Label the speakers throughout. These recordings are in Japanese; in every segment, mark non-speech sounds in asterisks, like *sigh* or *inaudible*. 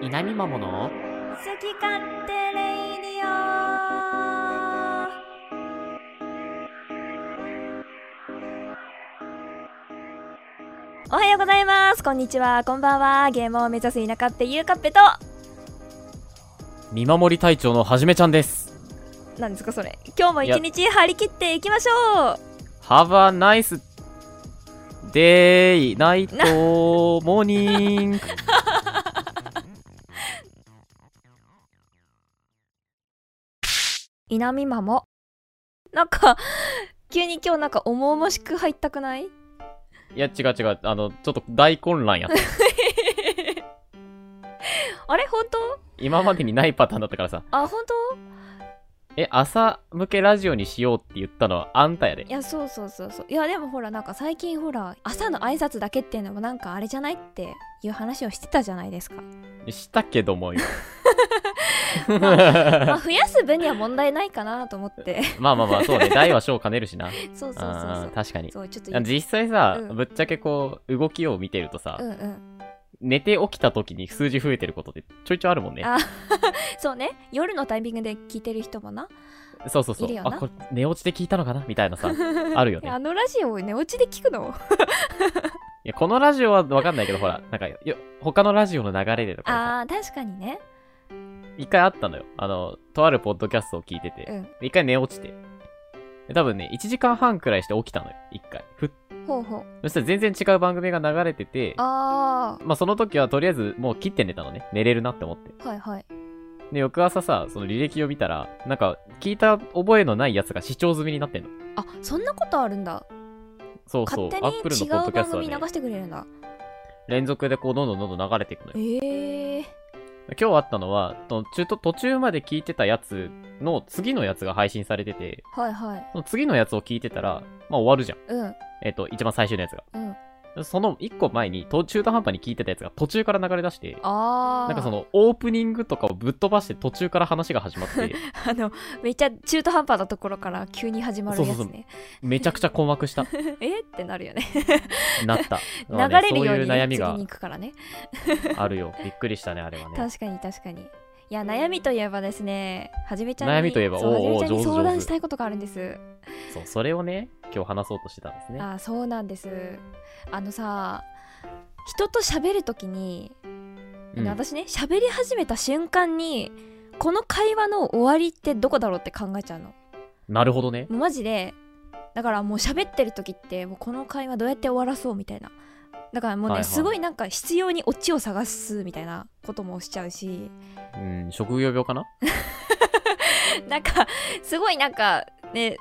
Speaker 1: 稲見まもの
Speaker 2: 好き勝手レイディオおはようございますこんにちはこんばんはゲームを目指す田舎ってゆうかっぺと
Speaker 1: 見守り隊長のはじめちゃんです
Speaker 2: なんですかそれ今日も一日張り切っていきましょう
Speaker 1: Have a nice day night morning *laughs*
Speaker 2: 稲見マモなんか急に今日なんか重々しく入ったくない
Speaker 1: いや違う違うあのちょっと大混乱やった
Speaker 2: あれ本当
Speaker 1: 今までにないパターンだったからさ
Speaker 2: あ本当
Speaker 1: え朝向けラジオにしようって言ったのはあんたやで
Speaker 2: いやそうそうそうそういやでもほらなんか最近ほら朝の挨拶だけっていうのもなんかあれじゃないっていう話をしてたじゃない
Speaker 1: *laughs*
Speaker 2: ですか
Speaker 1: したけど
Speaker 2: *laughs*
Speaker 1: もよ
Speaker 2: まあ増やす分には問題ないかなと思って
Speaker 1: *laughs* まあまあまあ
Speaker 2: *laughs*
Speaker 1: そうね大は小を兼ねるしな
Speaker 2: そうそうそうそ
Speaker 1: あー
Speaker 2: う
Speaker 1: 確かに
Speaker 2: そうちょっと
Speaker 1: あ実際さ、
Speaker 2: うん
Speaker 1: ぶっちゃけこう動きを見てるとさ、
Speaker 2: うんうん
Speaker 1: 寝て起きた時に数字増えてることってちょいちょいあるもんね
Speaker 2: あそうね夜のタイミングで聞いてる人もな
Speaker 1: そうそうそう
Speaker 2: いるよ
Speaker 1: あ
Speaker 2: な
Speaker 1: これ寝落ちで聞いたのかなみたいな
Speaker 2: *laughs*
Speaker 1: さあるよ
Speaker 2: い
Speaker 1: ね
Speaker 2: やあのラジオを寝落ちで聞く
Speaker 1: *laughs*
Speaker 2: の
Speaker 1: いやこのラジオは分かんないけどほらなんかよ他のラジオの流れでとかさ
Speaker 2: あー確かにね
Speaker 1: 一回あったのよあのとあるポッドキャストを聞いてて
Speaker 2: う
Speaker 1: で一回寝落ちてで多分ね1時間半くらいして起きたのよ一回ふっ
Speaker 2: んほうほう
Speaker 1: そしたら全然違う番組が流れてて
Speaker 2: あ
Speaker 1: まあその時はとりあえずもう切って寝たのね寝れるなって思って
Speaker 2: ーはいはい
Speaker 1: で、翌朝さ、その履歴を見たら、なんか、聞いた覚えのないやつが視聴済みになってんの。
Speaker 2: あそんなことあるんだ
Speaker 1: そうそ
Speaker 2: 勝
Speaker 1: う
Speaker 2: 手。
Speaker 1: アップル
Speaker 2: に
Speaker 1: の
Speaker 2: 違
Speaker 1: ポッ
Speaker 2: う
Speaker 1: ドキャ
Speaker 2: 番
Speaker 1: ストは、
Speaker 2: 組
Speaker 1: ね
Speaker 2: 流、してくれるんだ
Speaker 1: 連続でこう、どんどんどんどん流れていくのよ。
Speaker 2: えー、
Speaker 1: 今日あったのは、と中途途中まで聞いてたやつの次のやつが配信されてて、
Speaker 2: はいはい
Speaker 1: その次のやつを聞いてたら、まあ終わるじゃん。
Speaker 2: うん
Speaker 1: えっ、と、一番最終のやつが。
Speaker 2: うん
Speaker 1: その一個前に、途中途半端に聞いてたやつが途中から流れ出して、
Speaker 2: あー
Speaker 1: なんかその、オープニングとかをぶっ飛ばして途中から話が始ま
Speaker 2: *laughs*
Speaker 1: って、
Speaker 2: あのめっちゃ中途半端なところから急に始まるやつね。
Speaker 1: めちゃくちゃ困惑した、
Speaker 2: *laughs* えってなるよね。
Speaker 1: なった。
Speaker 2: *laughs* 流
Speaker 1: まあね
Speaker 2: れるよ
Speaker 1: そうい
Speaker 2: に
Speaker 1: 悩み
Speaker 2: 次
Speaker 1: が
Speaker 2: に行くからね。
Speaker 1: あるよ。びっくりしたね、あれはね。
Speaker 2: 確かに確かに。いや悩みといえばですね、はじめちゃんに
Speaker 1: 悩みといえば
Speaker 2: そう
Speaker 1: お
Speaker 2: はじ
Speaker 1: ー
Speaker 2: めちゃん
Speaker 1: おー上手
Speaker 2: に相
Speaker 1: 上
Speaker 2: 談
Speaker 1: 手
Speaker 2: したいことがあるんです。
Speaker 1: そう、それをね、今日話そうとしてたんですね。
Speaker 2: あーそうなんです。あのさ、人と喋るときに、
Speaker 1: うん
Speaker 2: 私ね喋り始めた瞬間にこの会話の終わりってどこだろうって考えちゃうの。
Speaker 1: なるほどね。
Speaker 2: もうマジでだからもう喋ってる時ってもうこの会話どうやって終わらそうみたいなだからもう
Speaker 1: は
Speaker 2: ね、
Speaker 1: いはい
Speaker 2: すごいなんか必要にオチを探すみたいなこともしちゃうし
Speaker 1: うん、職業病かな
Speaker 2: なんかすごいなんかね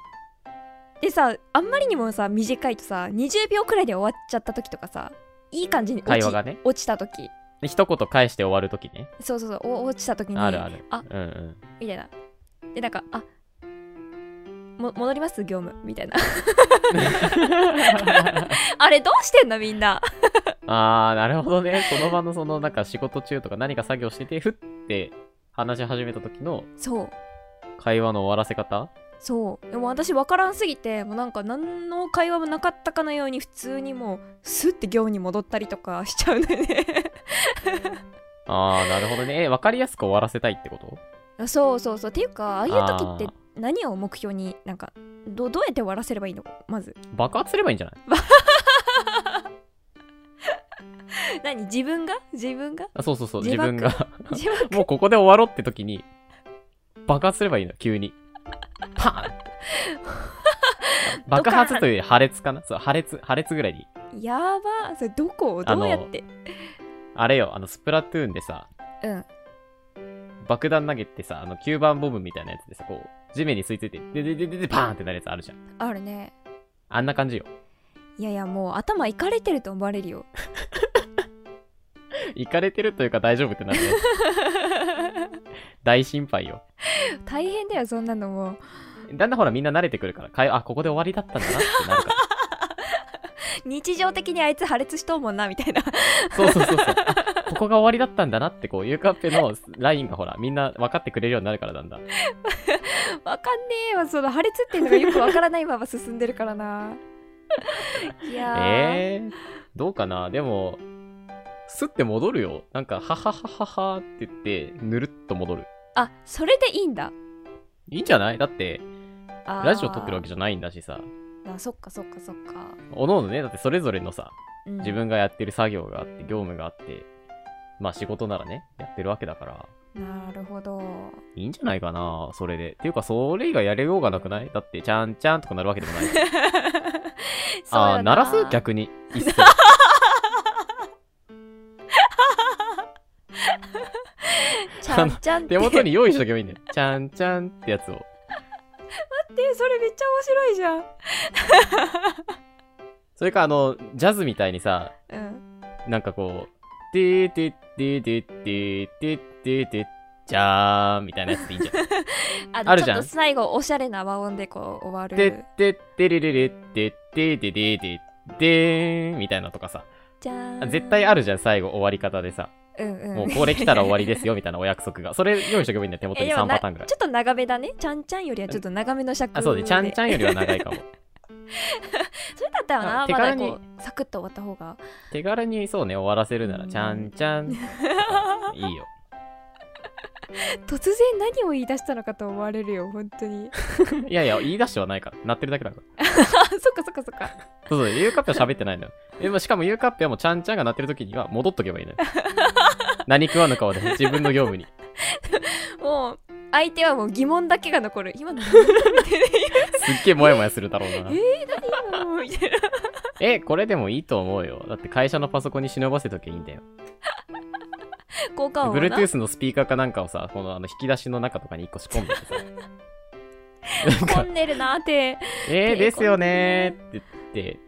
Speaker 2: でさあんまりにもさ短いとさ20秒くらいで終わっちゃった時とかさいい感じに落
Speaker 1: 会
Speaker 2: ち,、
Speaker 1: 話がね。
Speaker 2: 落ちた時
Speaker 1: で一言返して終わるときね。
Speaker 2: そうそうそうお落ちた時に
Speaker 1: あるある。
Speaker 2: あ
Speaker 1: うんうん。 *laughs*
Speaker 2: みたいなでなんかあも戻ります業務みたいな *laughs* あれどうしてんだみんな
Speaker 1: あー、なるほどね。その場のその、なんか仕事中とか何か作業してて、ふって話し始めた時の
Speaker 2: そう
Speaker 1: 会話の終わらせ方
Speaker 2: そうでも私分からんすぎてもうなんか何の会話もなかったかのように普通にもうスッて業務に戻ったりとかしちゃうのよね
Speaker 1: あー、なるほどね。え、わかりやすく終わらせたいってこと
Speaker 2: *laughs* そうそうそうっていうかああいう時っ
Speaker 1: あ
Speaker 2: て何を目標になんかどどうやって終わらせればいいのまず
Speaker 1: 爆発すればいいんじゃない
Speaker 2: *laughs* 何自分が自
Speaker 1: *laughs*
Speaker 2: 分が
Speaker 1: あそうそうそう、自
Speaker 2: 自爆
Speaker 1: 分が。
Speaker 2: 自分
Speaker 1: もうここで終わろうって時に、爆発すればいいの、急に。パーンって爆発というより破裂かなそう、破裂、破裂ぐらいに。
Speaker 2: やばそれどこを
Speaker 1: あ
Speaker 2: ど
Speaker 1: の
Speaker 2: うやって
Speaker 1: あれよ、あの、スプラトゥーンでさ、
Speaker 2: うん
Speaker 1: 爆弾投げてさ、あの、吸盤ボムみたいなやつでさ、こう、地面に吸い付いて、でででででパーンってなるやつあるじゃん。
Speaker 2: あるね
Speaker 1: あんな感じよ。
Speaker 2: いやいやもう頭いかれてると思われるよ
Speaker 1: 行かれてるというか大丈夫ってな
Speaker 2: *laughs*
Speaker 1: るね。大心配よ。
Speaker 2: 大変だよそんなのもう
Speaker 1: だんだんほらみんな慣れてくるから、会話あ、ここで終わりだったんだなってなるから。
Speaker 2: 日常的にあいつ破裂しとうもんなみたいな
Speaker 1: そうそうそうそう。あここが終わりだったんだなって、こう、ゆうかっぺのラインがほら、みんな分かってくれるようになるからなんだん。
Speaker 2: わかんねえわその破裂っていうのがよくわからないまま進んでるから
Speaker 1: *laughs*
Speaker 2: ないやー、
Speaker 1: えー、どうかなでも、スッて戻るよ。なんか、はははははって言って、ぬるっと戻る。
Speaker 2: あそれでいいんだ
Speaker 1: いいんじゃないだって、
Speaker 2: あー
Speaker 1: ラジオ撮ってるわけじゃないんだしさ。
Speaker 2: あそっかそっかそっか、
Speaker 1: おのおのね、だってそれぞれのさ、
Speaker 2: うん
Speaker 1: 自分がやってる作業があって、業務があって、まあ仕事ならね、やってるわけだから、
Speaker 2: なる
Speaker 1: *laughs*
Speaker 2: ほど
Speaker 1: いいんじゃないかな、それで。っていうか、それ以外やれようがなくないだって、ちゃんちゃんとかなるわけでもない。
Speaker 2: *laughs*
Speaker 1: ああー、鳴らす逆に。いっそ
Speaker 2: *laughs* ちゃんちゃんって
Speaker 1: 手元
Speaker 2: 待
Speaker 1: に用意しとけばいいんだよ。ちゃんちゃんってやつを。
Speaker 2: ってそれめっちゃ面白いじゃん
Speaker 1: それか、あの、ジャズみたいにさ、
Speaker 2: うん
Speaker 1: なんかこう、てーてーてーてーてーてーてーてーじゃーんみたいなやつでいいんじゃん。
Speaker 2: あ
Speaker 1: あるじゃん
Speaker 2: ちょっと最後おしゃれな和音でこう終わ
Speaker 1: て
Speaker 2: る
Speaker 1: ってってれれれってってででででーんみたいなとかさ。
Speaker 2: じゃーん
Speaker 1: 絶対あるじゃん、最後終わり方でさ。
Speaker 2: うんうん
Speaker 1: もうこれ来たら終わり
Speaker 2: で
Speaker 1: ですよみたいなお約束が。それ用意しとけばいいんだよ、手元
Speaker 2: え
Speaker 1: に
Speaker 2: でも
Speaker 1: 3
Speaker 2: な
Speaker 1: パターンぐらい
Speaker 2: ち。ょっと長めだねちゃんちゃんよりはちょっと長めの尺
Speaker 1: あ、そうね、ちゃんちゃんよりは長いかも。
Speaker 2: それだったらな
Speaker 1: あ手
Speaker 2: ま
Speaker 1: 軽
Speaker 2: だ
Speaker 1: に
Speaker 2: こうサクッと終わった方が
Speaker 1: 手軽にそうね、終わらせるなら、ちゃんちゃん。いいよ。
Speaker 2: 突然何を言い出したのかと思われるよ本当に
Speaker 1: いやいや、言い出してはないから。鳴ってるだけだから。
Speaker 2: *laughs* あそっかそっかそっか
Speaker 1: そうそう、ゆうかっぺは喋ってないのよ。でもしかもゆうかっぺはもうちゃんちゃんが鳴ってる時には戻っとけばいいの *laughs* よ。何食わぬ顔で、自分の業務に。
Speaker 2: もう相手はもう疑問だけが残る今のえ *laughs*
Speaker 1: す *laughs* っげえモヤモヤするだろうな。
Speaker 2: 何今のみたいな
Speaker 1: え、これでもいいと思うよ。だって会社のパソコンに忍ばせときゃいいんだよ。
Speaker 2: 効果音はな
Speaker 1: Bluetooth のスピーカーかなんかをさ、このあの引き出しの中とかに一個仕込んでてさ。なん *laughs*
Speaker 2: 混
Speaker 1: か、
Speaker 2: んでるなって
Speaker 1: えー、
Speaker 2: 手込んでる
Speaker 1: ですよねーって言って、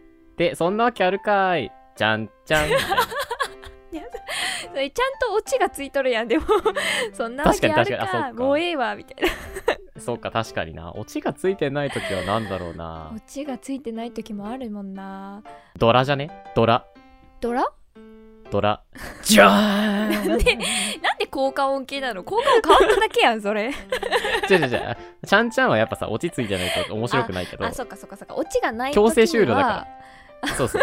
Speaker 1: で、そんなわけあるかーい。じゃんじゃんみたいな。
Speaker 2: それちゃんとオチがついとるやんでも *laughs* そんなわ
Speaker 1: 確か
Speaker 2: け
Speaker 1: に
Speaker 2: ある
Speaker 1: 確かにあそっ
Speaker 2: か
Speaker 1: か
Speaker 2: もうええわみたいな
Speaker 1: そうか、確かにな。オチがついてない時はなんだろうな
Speaker 2: オ。チがついてない時もあるもんな
Speaker 1: ドラじゃねドラ。
Speaker 2: ドラ
Speaker 1: ドラ。じゃーん
Speaker 2: なんで効果音系なの効果音変わっただけやん
Speaker 1: *laughs*
Speaker 2: それ
Speaker 1: 違う違う違う。ちゃんちゃんはやっぱさ、落ち着いてないと面白くないけど
Speaker 2: あ、そっかそっかそっかオチがない
Speaker 1: 強制終了だから
Speaker 2: ら
Speaker 1: そうそう。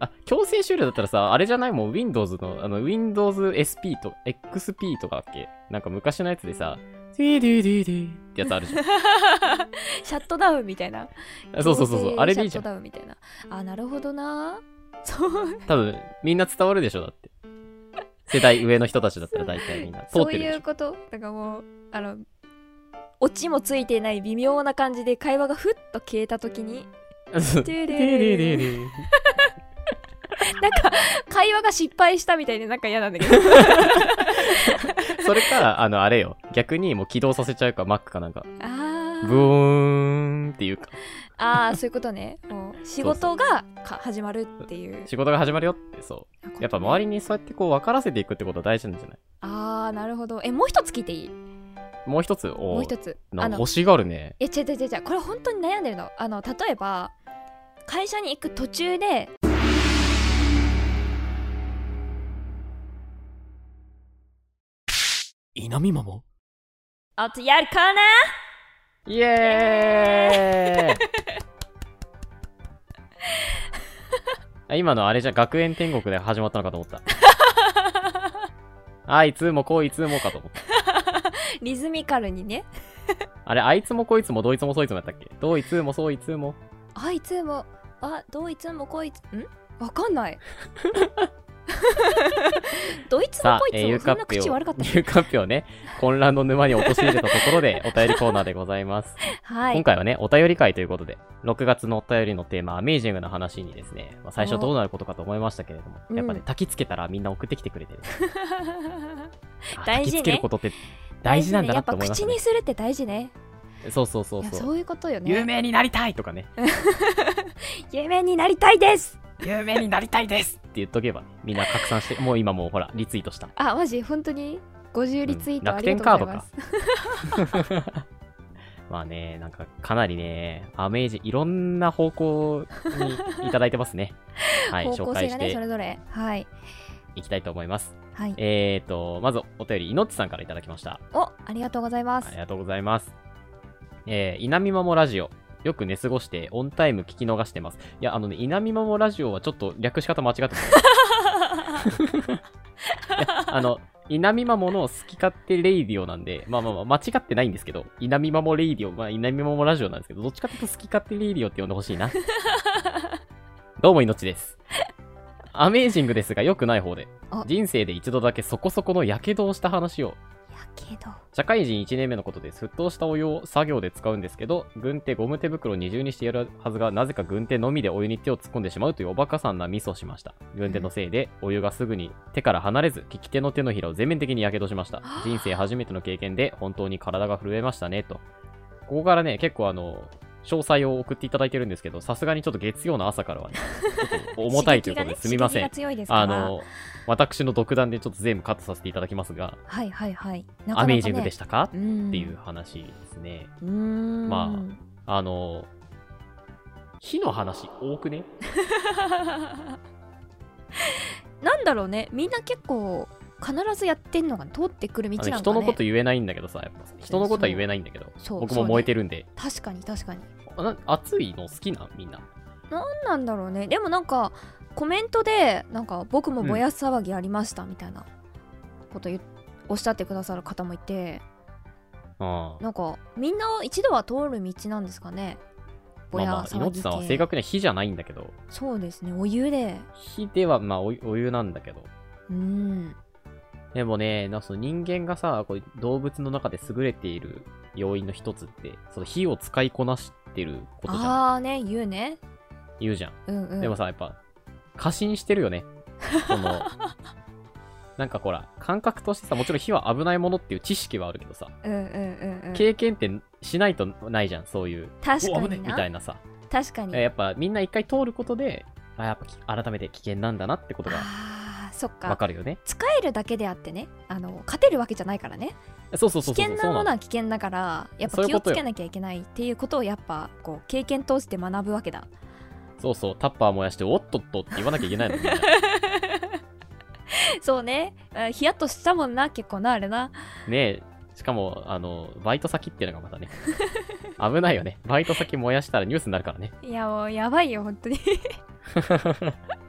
Speaker 1: あ、強制終了だったらさ、あれじゃないもう Windows の、あの、Windows SP と、XP とかだっけなんか昔のやつでさ、ディディディディってやつあるじゃん
Speaker 2: シャットダウンみたいな。
Speaker 1: *laughs* あそうそうそうそう、あれでいいじゃん。
Speaker 2: 強制シャットダウンみたいな。あ、なるほどな。そう、
Speaker 1: 多分、みんな伝わるでしょ、だって。世代上の人たちだったら大体みんな通っ
Speaker 2: そう
Speaker 1: てるで
Speaker 2: い
Speaker 1: し
Speaker 2: う
Speaker 1: ょ。
Speaker 2: こと。だからもう、あの、オチもついてない微妙な感じで会話がふっと消えたときに、
Speaker 1: そう
Speaker 2: トゥル
Speaker 1: デ
Speaker 2: ル
Speaker 1: ィディディ
Speaker 2: ル
Speaker 1: ディ
Speaker 2: なんか、会話が失敗したみたいでなんか嫌なんだけど。
Speaker 1: *laughs* それか、あの、あれよ。逆にもう起動させちゃうか、Mac かなんか。
Speaker 2: あ
Speaker 1: ブ
Speaker 2: ー
Speaker 1: ーンっていうか。
Speaker 2: あー、そういうことね。もう、仕事がか始まるっていう。
Speaker 1: 仕事が始まるよって、そう。やっぱ周
Speaker 2: り。
Speaker 1: りにそうやってこう分からせていくってことは大事なんじゃない
Speaker 2: ああ、なるほど。え、もう一つ聞いていい
Speaker 1: もう一つ、お
Speaker 2: もう一
Speaker 1: つ。
Speaker 2: つ。
Speaker 1: なんか欲しがるね。
Speaker 2: いや違う違う違う違うこれ本当に悩んでるのあの例えば会社に行く途中で
Speaker 1: 稲見マも
Speaker 2: 「あとやるかな?
Speaker 1: イエーイ
Speaker 2: *laughs*
Speaker 1: あ今のあれじゃ学園天国で始まったのかと思った。あいつもこいつもかと思った。」
Speaker 2: リズミカルにね
Speaker 1: あれ、あいつもこいつもどいつもそいつもやったっけどいつもそういつも。
Speaker 2: 「あいつもあどいつもこいつんわかんない
Speaker 1: *laughs*
Speaker 2: どいつも
Speaker 1: さあ
Speaker 2: こい、つ
Speaker 1: えーゆう
Speaker 2: も
Speaker 1: か
Speaker 2: そん
Speaker 1: っ
Speaker 2: な
Speaker 1: ぺ
Speaker 2: 口
Speaker 1: を
Speaker 2: 悪かった、、
Speaker 1: ゆうかっぺをね、混乱の沼に陥れたところ
Speaker 2: *laughs*
Speaker 1: で、お便りコーナーでございます。
Speaker 2: は
Speaker 1: 今
Speaker 2: い
Speaker 1: 回はね、お便り会ということで、6月のお便りのテーマ、アメージングの話にですね、まあ、最初どうなることかと思いましたけれども、
Speaker 2: うん
Speaker 1: やっぱね、焚きつけたらみんな送ってきてくれてる。あ
Speaker 2: 大事ね
Speaker 1: 焚きつけることって *laughs* 大事なんだなって思いま
Speaker 2: やっ
Speaker 1: した
Speaker 2: ぱ口
Speaker 1: ね
Speaker 2: に。するって大事ね
Speaker 1: そうそうそう
Speaker 2: いや
Speaker 1: そう。
Speaker 2: そういうことよ
Speaker 1: 有
Speaker 2: ね
Speaker 1: 名になりたいとかね、
Speaker 2: 有名になりたいです
Speaker 1: 有名になりたいですって言っとけば、みんな拡散して、もう今もうほら、リツイートした。
Speaker 2: あマジ本当に50リツイート
Speaker 1: うん
Speaker 2: あ
Speaker 1: 楽
Speaker 2: り
Speaker 1: 天
Speaker 2: がと
Speaker 1: カ
Speaker 2: う
Speaker 1: ー
Speaker 2: ご
Speaker 1: ド
Speaker 2: ざいま
Speaker 1: か
Speaker 2: す、。
Speaker 1: *laughs* まあね、なんかかなりね、アメージいろんな方向にいただいてます
Speaker 2: *laughs*
Speaker 1: ね。はい、
Speaker 2: 方
Speaker 1: 紹
Speaker 2: 向
Speaker 1: 介
Speaker 2: 性
Speaker 1: し
Speaker 2: がねそ
Speaker 1: て
Speaker 2: れぞれはい
Speaker 1: いきたいと思います。
Speaker 2: はい
Speaker 1: えーと、まずお便り、いのっちさんからいただきました。
Speaker 2: おありがとうございます
Speaker 1: ありがとうございます。えー、稲見まもラジオ。よく寝過ごして、オンタイム聞き逃してます。いや、あのね、稲見まもラジオはちょっと略し方間違ってます。
Speaker 2: *laughs*
Speaker 1: あの、稲見まもの好き勝手レイディオなんで、まあまあまあ、間違ってないんですけど、稲見まもレイディオ、まあ稲見まもラジオなんですけど、どっちかっていうと好き勝手レイディオって呼んでほしい
Speaker 2: *laughs*
Speaker 1: な。どうも命です。アメージングですが良くない方で
Speaker 2: あ、
Speaker 1: 人生で一度だけそこそこの火傷をした話を、
Speaker 2: けど。
Speaker 1: 社会人1年目のことです。沸騰したお湯を作業で使うんですけど、軍手、ゴム手袋を二重にしてやるはずが、なぜか軍手のみでお湯に手を突っ込んでしまうというおバカさんなミスをしました。軍手のせいで、お湯がすぐに手から離れず、利き手の手のひらを全面的に火傷しました。人生初めての経験で、本当に体が震えましたね、と。ここからね、結構あの、詳細を送っていただいてるんですけど、さすがにちょっと月曜の朝
Speaker 2: *laughs*
Speaker 1: からはね、ちょっと重たいということですみません。
Speaker 2: 刺激がね刺激が強いですから
Speaker 1: あの、私の独断でちょっと全部カットさせていただきますが、
Speaker 2: はいはいはい。
Speaker 1: アメージングで
Speaker 2: し
Speaker 1: したかっ
Speaker 2: たっ
Speaker 1: ていう。話ですね。
Speaker 2: うーん。
Speaker 1: まあの、火の話多くね
Speaker 2: あ。 *laughs* なんだろうね。みんな結構、必ずやってんのが通ってくる道
Speaker 1: あの
Speaker 2: なんかね。
Speaker 1: 人のこと言えないんだけどさ、やっぱ人のことは言えないんだけど、
Speaker 2: そう
Speaker 1: 僕も燃えてるんで、
Speaker 2: 確かに確かに。
Speaker 1: あな暑いの好きなみんな。
Speaker 2: なんなんだろうね。でもなんか、コメントで、なんか、僕ももや騒ぎありましたみたいなこと言っおっしゃってくださる方もいて、
Speaker 1: うん。
Speaker 2: なんか、みんな一度は通る道なんですかね。ぼ
Speaker 1: まあ
Speaker 2: や
Speaker 1: まあ、
Speaker 2: 騒
Speaker 1: 命
Speaker 2: ぎ
Speaker 1: さんは
Speaker 2: 系
Speaker 1: 正確には火じゃないんだけど、
Speaker 2: そうですね、お湯で。
Speaker 1: 火ではまあおお湯なんだけど。
Speaker 2: うん。
Speaker 1: でもね、なんかその人間がさ、こう動物の中で優れている要因の一つって、その火を使いこなしてることじゃん。
Speaker 2: ああね、言うね。
Speaker 1: 言うじゃん。
Speaker 2: うんうん。
Speaker 1: でもさ、やっぱ、過信してるよね。そ
Speaker 2: *laughs*
Speaker 1: の、なんかほら、感覚としてさ、もちろん火は危ないものっていう知識はあるけどさ、
Speaker 2: うんうんうんうん。
Speaker 1: 経験ってしないとないじゃん、そういう。
Speaker 2: 確
Speaker 1: お
Speaker 2: か
Speaker 1: 危ね
Speaker 2: に
Speaker 1: みたい
Speaker 2: な。
Speaker 1: なさ。
Speaker 2: 確かに。
Speaker 1: やっぱみんな一回通ることで、あやっぱき改めて危険なんだなってことが
Speaker 2: ああ、そっ
Speaker 1: わ
Speaker 2: か。
Speaker 1: かるよね。
Speaker 2: 使えるだけであってね、あの勝てるわけじゃないからね。
Speaker 1: そうそうそ
Speaker 2: 危
Speaker 1: うそう。
Speaker 2: 険なも
Speaker 1: そう
Speaker 2: の
Speaker 1: なの
Speaker 2: は危険だから、やっ
Speaker 1: そ
Speaker 2: ぱ
Speaker 1: ういう
Speaker 2: 気
Speaker 1: こ
Speaker 2: を
Speaker 1: とよ
Speaker 2: つけなきゃいけないっていうことをやっぱこう経験通して学ぶわけだ。
Speaker 1: そうそう、タッパー燃やして、おっとっとって言わなきゃいけないの
Speaker 2: *laughs*
Speaker 1: みんな
Speaker 2: そうね。あヒヤッとしたもんな、結構なあれな。
Speaker 1: ねえ。しかも、あの、バイト先っていうのがまたね、危ないよね。バイト先燃やしたらニュースになるからね。
Speaker 2: いやもうやばいよ本当に。 *laughs*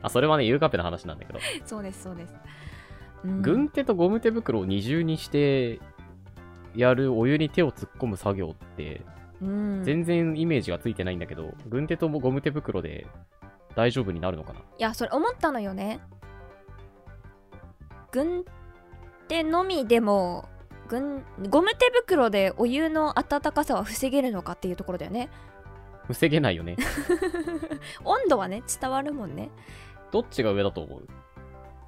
Speaker 1: あ、それはね、ゆうかぺの話なんだけど。
Speaker 2: そうですそうです。うん
Speaker 1: 軍手とゴム手袋を二重にしてやるお湯に手を突っ込む作業って
Speaker 2: うん、い
Speaker 1: 全然イメージがついてないんだけど、軍手とゴム手袋で大丈夫になるのかな
Speaker 2: やそれ思ったのよね。軍手のみでも軍ゴム手袋でお湯の温かさは防げるのかっていうところだよね。
Speaker 1: 防げないよ
Speaker 2: *laughs*
Speaker 1: ね
Speaker 2: 温度はね伝わるもんね。
Speaker 1: どっちが上だと思う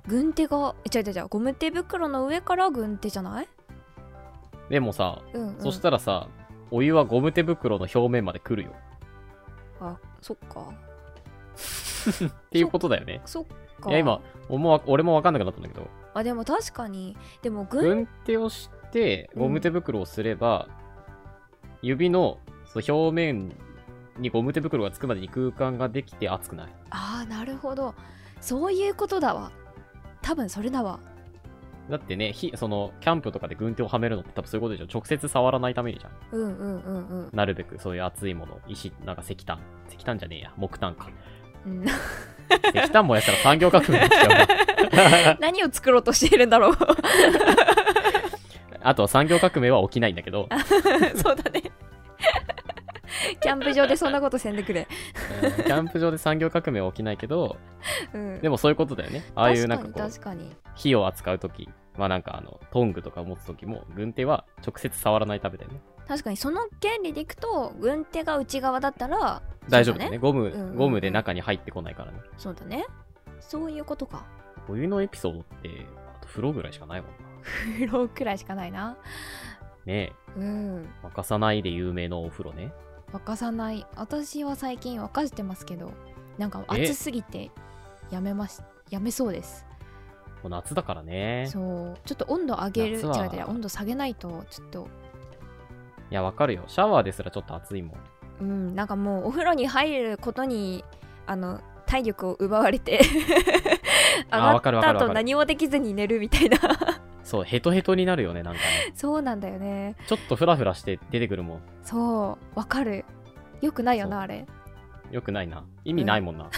Speaker 2: 軍手がえ違う違う違うゴム手袋の上から軍手じゃない？
Speaker 1: でもさ、
Speaker 2: うん、うん。
Speaker 1: そしたらさお湯はゴム手袋の表面まで来るよ
Speaker 2: あそっか
Speaker 1: っていうことだよね
Speaker 2: そっか。
Speaker 1: いや今思わ俺も分かんなくなったんだけど
Speaker 2: あでも確かにでも軍
Speaker 1: 軍手をしてゴム手袋をすれば、指のその表面にゴム手袋がつくまでに空間ができて熱くない
Speaker 2: ああなるほどそういうことだわ多分それだわ
Speaker 1: だってね、ひそのキャンプとかで軍手をはめるのって多分そういうことでしょ。直接触らないためにじゃん。
Speaker 2: うんうんうんうん
Speaker 1: なるべくそういう熱いもの、石、なんか石炭。石炭じゃねえや、木炭か。 *laughs*
Speaker 2: うん、
Speaker 1: 石炭燃やしたら産業革命が起きちゃうな *laughs*
Speaker 2: 何を作ろうとしているんだろう *laughs*
Speaker 1: あとは産業革命は起きないんだけど、
Speaker 2: そうだね *laughs* キャンプ場でそんなことせんでくれ、
Speaker 1: うんキャンプ場で産業革命は起きないけど、
Speaker 2: うん、
Speaker 1: で
Speaker 2: も
Speaker 1: もそういうことだよね。ああいうなんかこう、
Speaker 2: 確かに
Speaker 1: 火を扱うとき、まあなんかあの、トングとか持つときも、軍手は直接触らないためだよね。
Speaker 2: 確かに確かにその原理でいくと軍手が内側だったら
Speaker 1: 大丈夫だよね。ゴ
Speaker 2: うんうんう
Speaker 1: ム、
Speaker 2: ん
Speaker 1: ゴムで中に入ってこないからね。
Speaker 2: そうだねそういうことか
Speaker 1: お湯のエピソードって、あと風呂ぐらいしかないもんな。
Speaker 2: 風呂くらいしかないな
Speaker 1: ねえ。
Speaker 2: うん
Speaker 1: 沸かさないで有名のお風呂ね。
Speaker 2: 沸かさない私は最近沸かしてますけどなんか
Speaker 1: え
Speaker 2: 暑すぎてやめますやめそうです
Speaker 1: もう夏だからね。
Speaker 2: そうちょっと温度上げる違う
Speaker 1: 夏は
Speaker 2: 違う温度下げないとちょっと
Speaker 1: いや、わかるよ。シャワーですらちょっと暑いもん。
Speaker 2: うんなんかもうお風呂に入ることにあの体力を奪われて上
Speaker 1: *laughs* あ
Speaker 2: が
Speaker 1: わ
Speaker 2: っ
Speaker 1: かるわか
Speaker 2: た
Speaker 1: るわか
Speaker 2: 後
Speaker 1: る
Speaker 2: 何もできずに寝るみたいな
Speaker 1: そう、ヘトヘトになるよね、なんかね。
Speaker 2: そうなんだよね
Speaker 1: ちょっとフラフラして出てくるもん。
Speaker 2: そうわかるよくないよなあれ
Speaker 1: よくないな。意味ないもんな。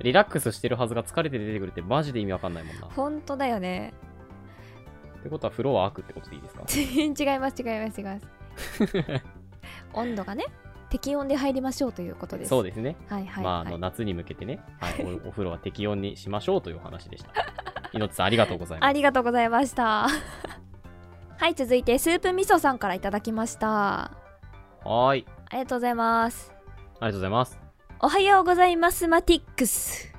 Speaker 1: リラックスしてるはずが疲れて出てくるってマジで意味わかんないもんな。っ
Speaker 2: ほんとだよね
Speaker 1: てことは風呂は悪ってことでいいですか
Speaker 2: 違います違います違います温度がね適温で入りましょうということです
Speaker 1: そうですね。
Speaker 2: はいはい、
Speaker 1: まあ、
Speaker 2: は
Speaker 1: あ
Speaker 2: い
Speaker 1: の夏に向けてね、はい
Speaker 2: *laughs*
Speaker 1: お、お風呂は適温にしましょうというお話でした。いのちさん、ありがとうございます。
Speaker 2: ありがとうございましたはい続いてスープ味噌さんからいただきました
Speaker 1: はーい。
Speaker 2: ありがとうございます
Speaker 1: ありがとうございます。
Speaker 2: おはようございますマティックス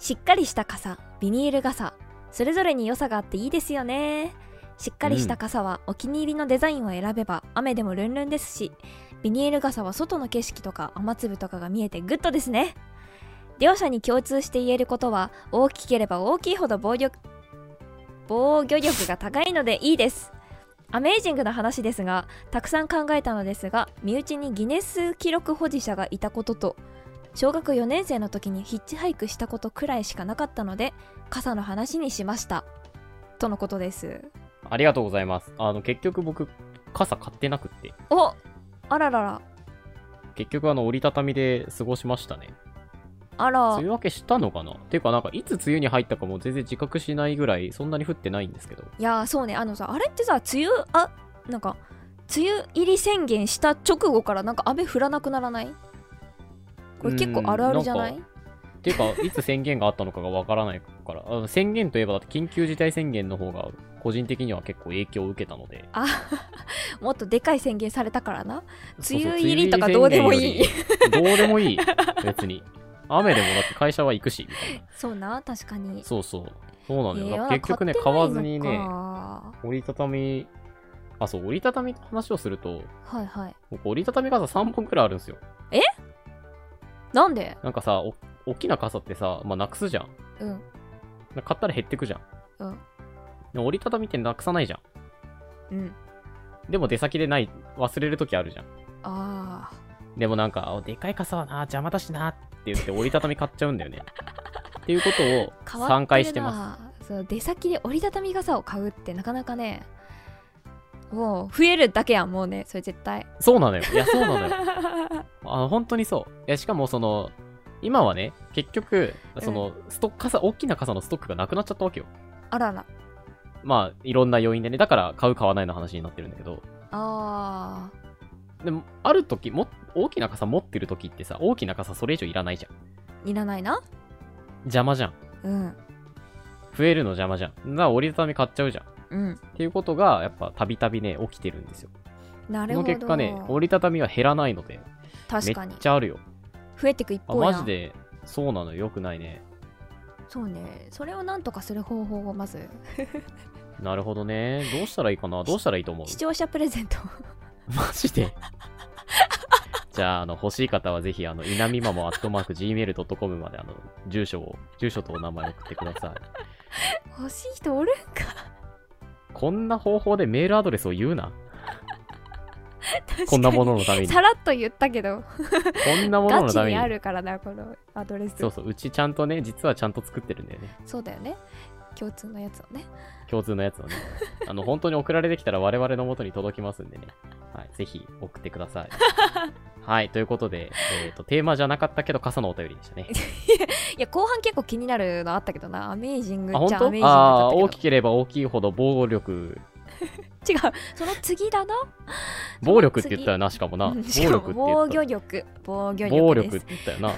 Speaker 2: しっかりした傘ビニール傘それぞれに良さがあっていいですよねしっかりした傘はお気に入りのデザインを選べば雨でもルンルンですしビニール傘は外の景色とか雨粒とかが見えてグッドですね両者に共通して言えることは大きければ大きいほど防御防御力が高いのでいいですアメージングな話ですがたくさん考えたのですが身内にギネス記録保持者がいたことと小学4年生の時にヒッチハイクしたことくらいしかなかったので傘の話にしましたとのことです
Speaker 1: ありがとうございます。あの、結局僕、傘買ってなくって、
Speaker 2: おあららら
Speaker 1: 結局あの、折りたたみで過ごしましたね。
Speaker 2: あ
Speaker 1: 梅
Speaker 2: ら
Speaker 1: 雨明けしたのかなていうか、なんか、いつ梅雨に入ったかも全然自覚しないぐらい、そんなに降ってないんですけど。
Speaker 2: いやーそうねあのさあれってさ梅雨あなんか梅雨入り宣言した直後からなんか雨降らなくならないこれ結構あるあるじゃな
Speaker 1: う
Speaker 2: い
Speaker 1: んんかて
Speaker 2: *laughs*
Speaker 1: いうか、いつ宣言があったのかがわからないから、あの宣言といえば、だって緊急事態宣言の方が、個人的には結構影響を受けたので。
Speaker 2: あもっとでかい宣言されたからな
Speaker 1: そうそう
Speaker 2: 梅雨入りとかどうでもいい。
Speaker 1: 梅雨入り宣言よりどうでもいい、別に。雨でもだって会社は行くし、みたいな。
Speaker 2: そうな確かに
Speaker 1: そうそう。そうなんだよ。
Speaker 2: えー
Speaker 1: だから結局ね、買わずにね、
Speaker 2: は
Speaker 1: 折りたたみ、あ、そう、折りたたみの話をすると、
Speaker 2: いはい。
Speaker 1: 僕折りたたみ傘3本くらいあるんですよ。
Speaker 2: なんで
Speaker 1: なんかさ、お大きな傘ってさ、まあ、なくすじゃん。
Speaker 2: うん。
Speaker 1: なんか買ったら減ってくじゃん。
Speaker 2: うん
Speaker 1: でも折りたたみってなくさないじゃん。
Speaker 2: うん。
Speaker 1: でも出先でない、忘れるときあるじゃん。
Speaker 2: あ
Speaker 1: でもなんか、あでかい傘はな、邪魔だしなって言って折りたたみ買っちゃうんだよね。っていうこと
Speaker 2: あ。
Speaker 1: を3回してます。
Speaker 2: す。そう出先で折りたたみ傘を買うってなかなかね、もう増えるだけやん、もうね、それ絶
Speaker 1: *laughs*
Speaker 2: 対。
Speaker 1: そうなのよ。いや、そうなのよ。あの本当にそう。いや、しかもその、今はね、結局、その、ストック傘、大きな傘のストックがなくなっちゃったわけよ。
Speaker 2: あらら。
Speaker 1: まあ、いろんな要因でね。だから、買う、買わないの話になってるんだけど。
Speaker 2: あ
Speaker 1: でも、ある時も、大きな傘持ってる時ってさ、大きな傘それ以上いらないじゃん。
Speaker 2: ー、いらないな。
Speaker 1: 邪魔じゃん。
Speaker 2: うん。
Speaker 1: 増えるの邪魔じゃん。だから折りたたみ買っちゃうじゃん。っ
Speaker 2: うん。
Speaker 1: ていうことが、やっぱ、たびたびね、起きてるんですよ。
Speaker 2: な
Speaker 1: そ
Speaker 2: るほ
Speaker 1: の
Speaker 2: ど。
Speaker 1: 結果ね、折りたたみは減らないので、め
Speaker 2: 確かに
Speaker 1: っ。ちゃあるよ。
Speaker 2: 増えてく一
Speaker 1: あ、
Speaker 2: 方や
Speaker 1: マ
Speaker 2: ん
Speaker 1: ジで、そうなのよ。よくないね。
Speaker 2: そうね。それをなんとかする方法をまず、
Speaker 1: なるほどね。どうしたらいいかなどうしたらいいと思う
Speaker 2: 視聴者プレゼント。
Speaker 1: *laughs*
Speaker 2: *laughs*
Speaker 1: マジでじゃあ、あの、欲しい方はぜひ、あの、いなみまもアットマーク gmail.com まで、あの、住所を、住所とお名前を送ってください。
Speaker 2: 欲しい人おるんか。
Speaker 1: こんな方法でメールアドレスを言うな。
Speaker 2: 確かに
Speaker 1: *laughs* こんなもののために。こ
Speaker 2: さらっと言ったけど。
Speaker 1: んなもの
Speaker 2: ガ
Speaker 1: の
Speaker 2: チ
Speaker 1: ため
Speaker 2: にあ
Speaker 1: に。
Speaker 2: るからなこのアドレス
Speaker 1: そ
Speaker 2: そう
Speaker 1: うそう、うちちゃんとね、実はちゃんと作ってるんだよね。
Speaker 2: だよね共通のやつをね
Speaker 1: 共通のやつ
Speaker 2: *laughs*
Speaker 1: をね。あの、本当に送られてきたら我々の元に届きますんでね。はい、ぜひ送ってくださ
Speaker 2: *laughs*
Speaker 1: い。はい、ということで、えっ、と、テーマじゃなかったけど、傘のお便りでしたね。
Speaker 2: いや後半結構気になるのあったけどなアメージング
Speaker 1: あ、
Speaker 2: っ
Speaker 1: 本
Speaker 2: ちゃ
Speaker 1: 当
Speaker 2: アメージング
Speaker 1: あ
Speaker 2: だ
Speaker 1: あ
Speaker 2: っ
Speaker 1: ー、大
Speaker 2: た
Speaker 1: きければ大きいほど防護力
Speaker 2: けど違うその次だな
Speaker 1: *laughs* 暴力って言ったよな、しかもな。
Speaker 2: う
Speaker 1: 暴
Speaker 2: ん
Speaker 1: 力っ
Speaker 2: しかも
Speaker 1: て言っ
Speaker 2: 防御
Speaker 1: た。
Speaker 2: 力防御力です
Speaker 1: 暴力って言ったよ
Speaker 2: *laughs*
Speaker 1: な。ま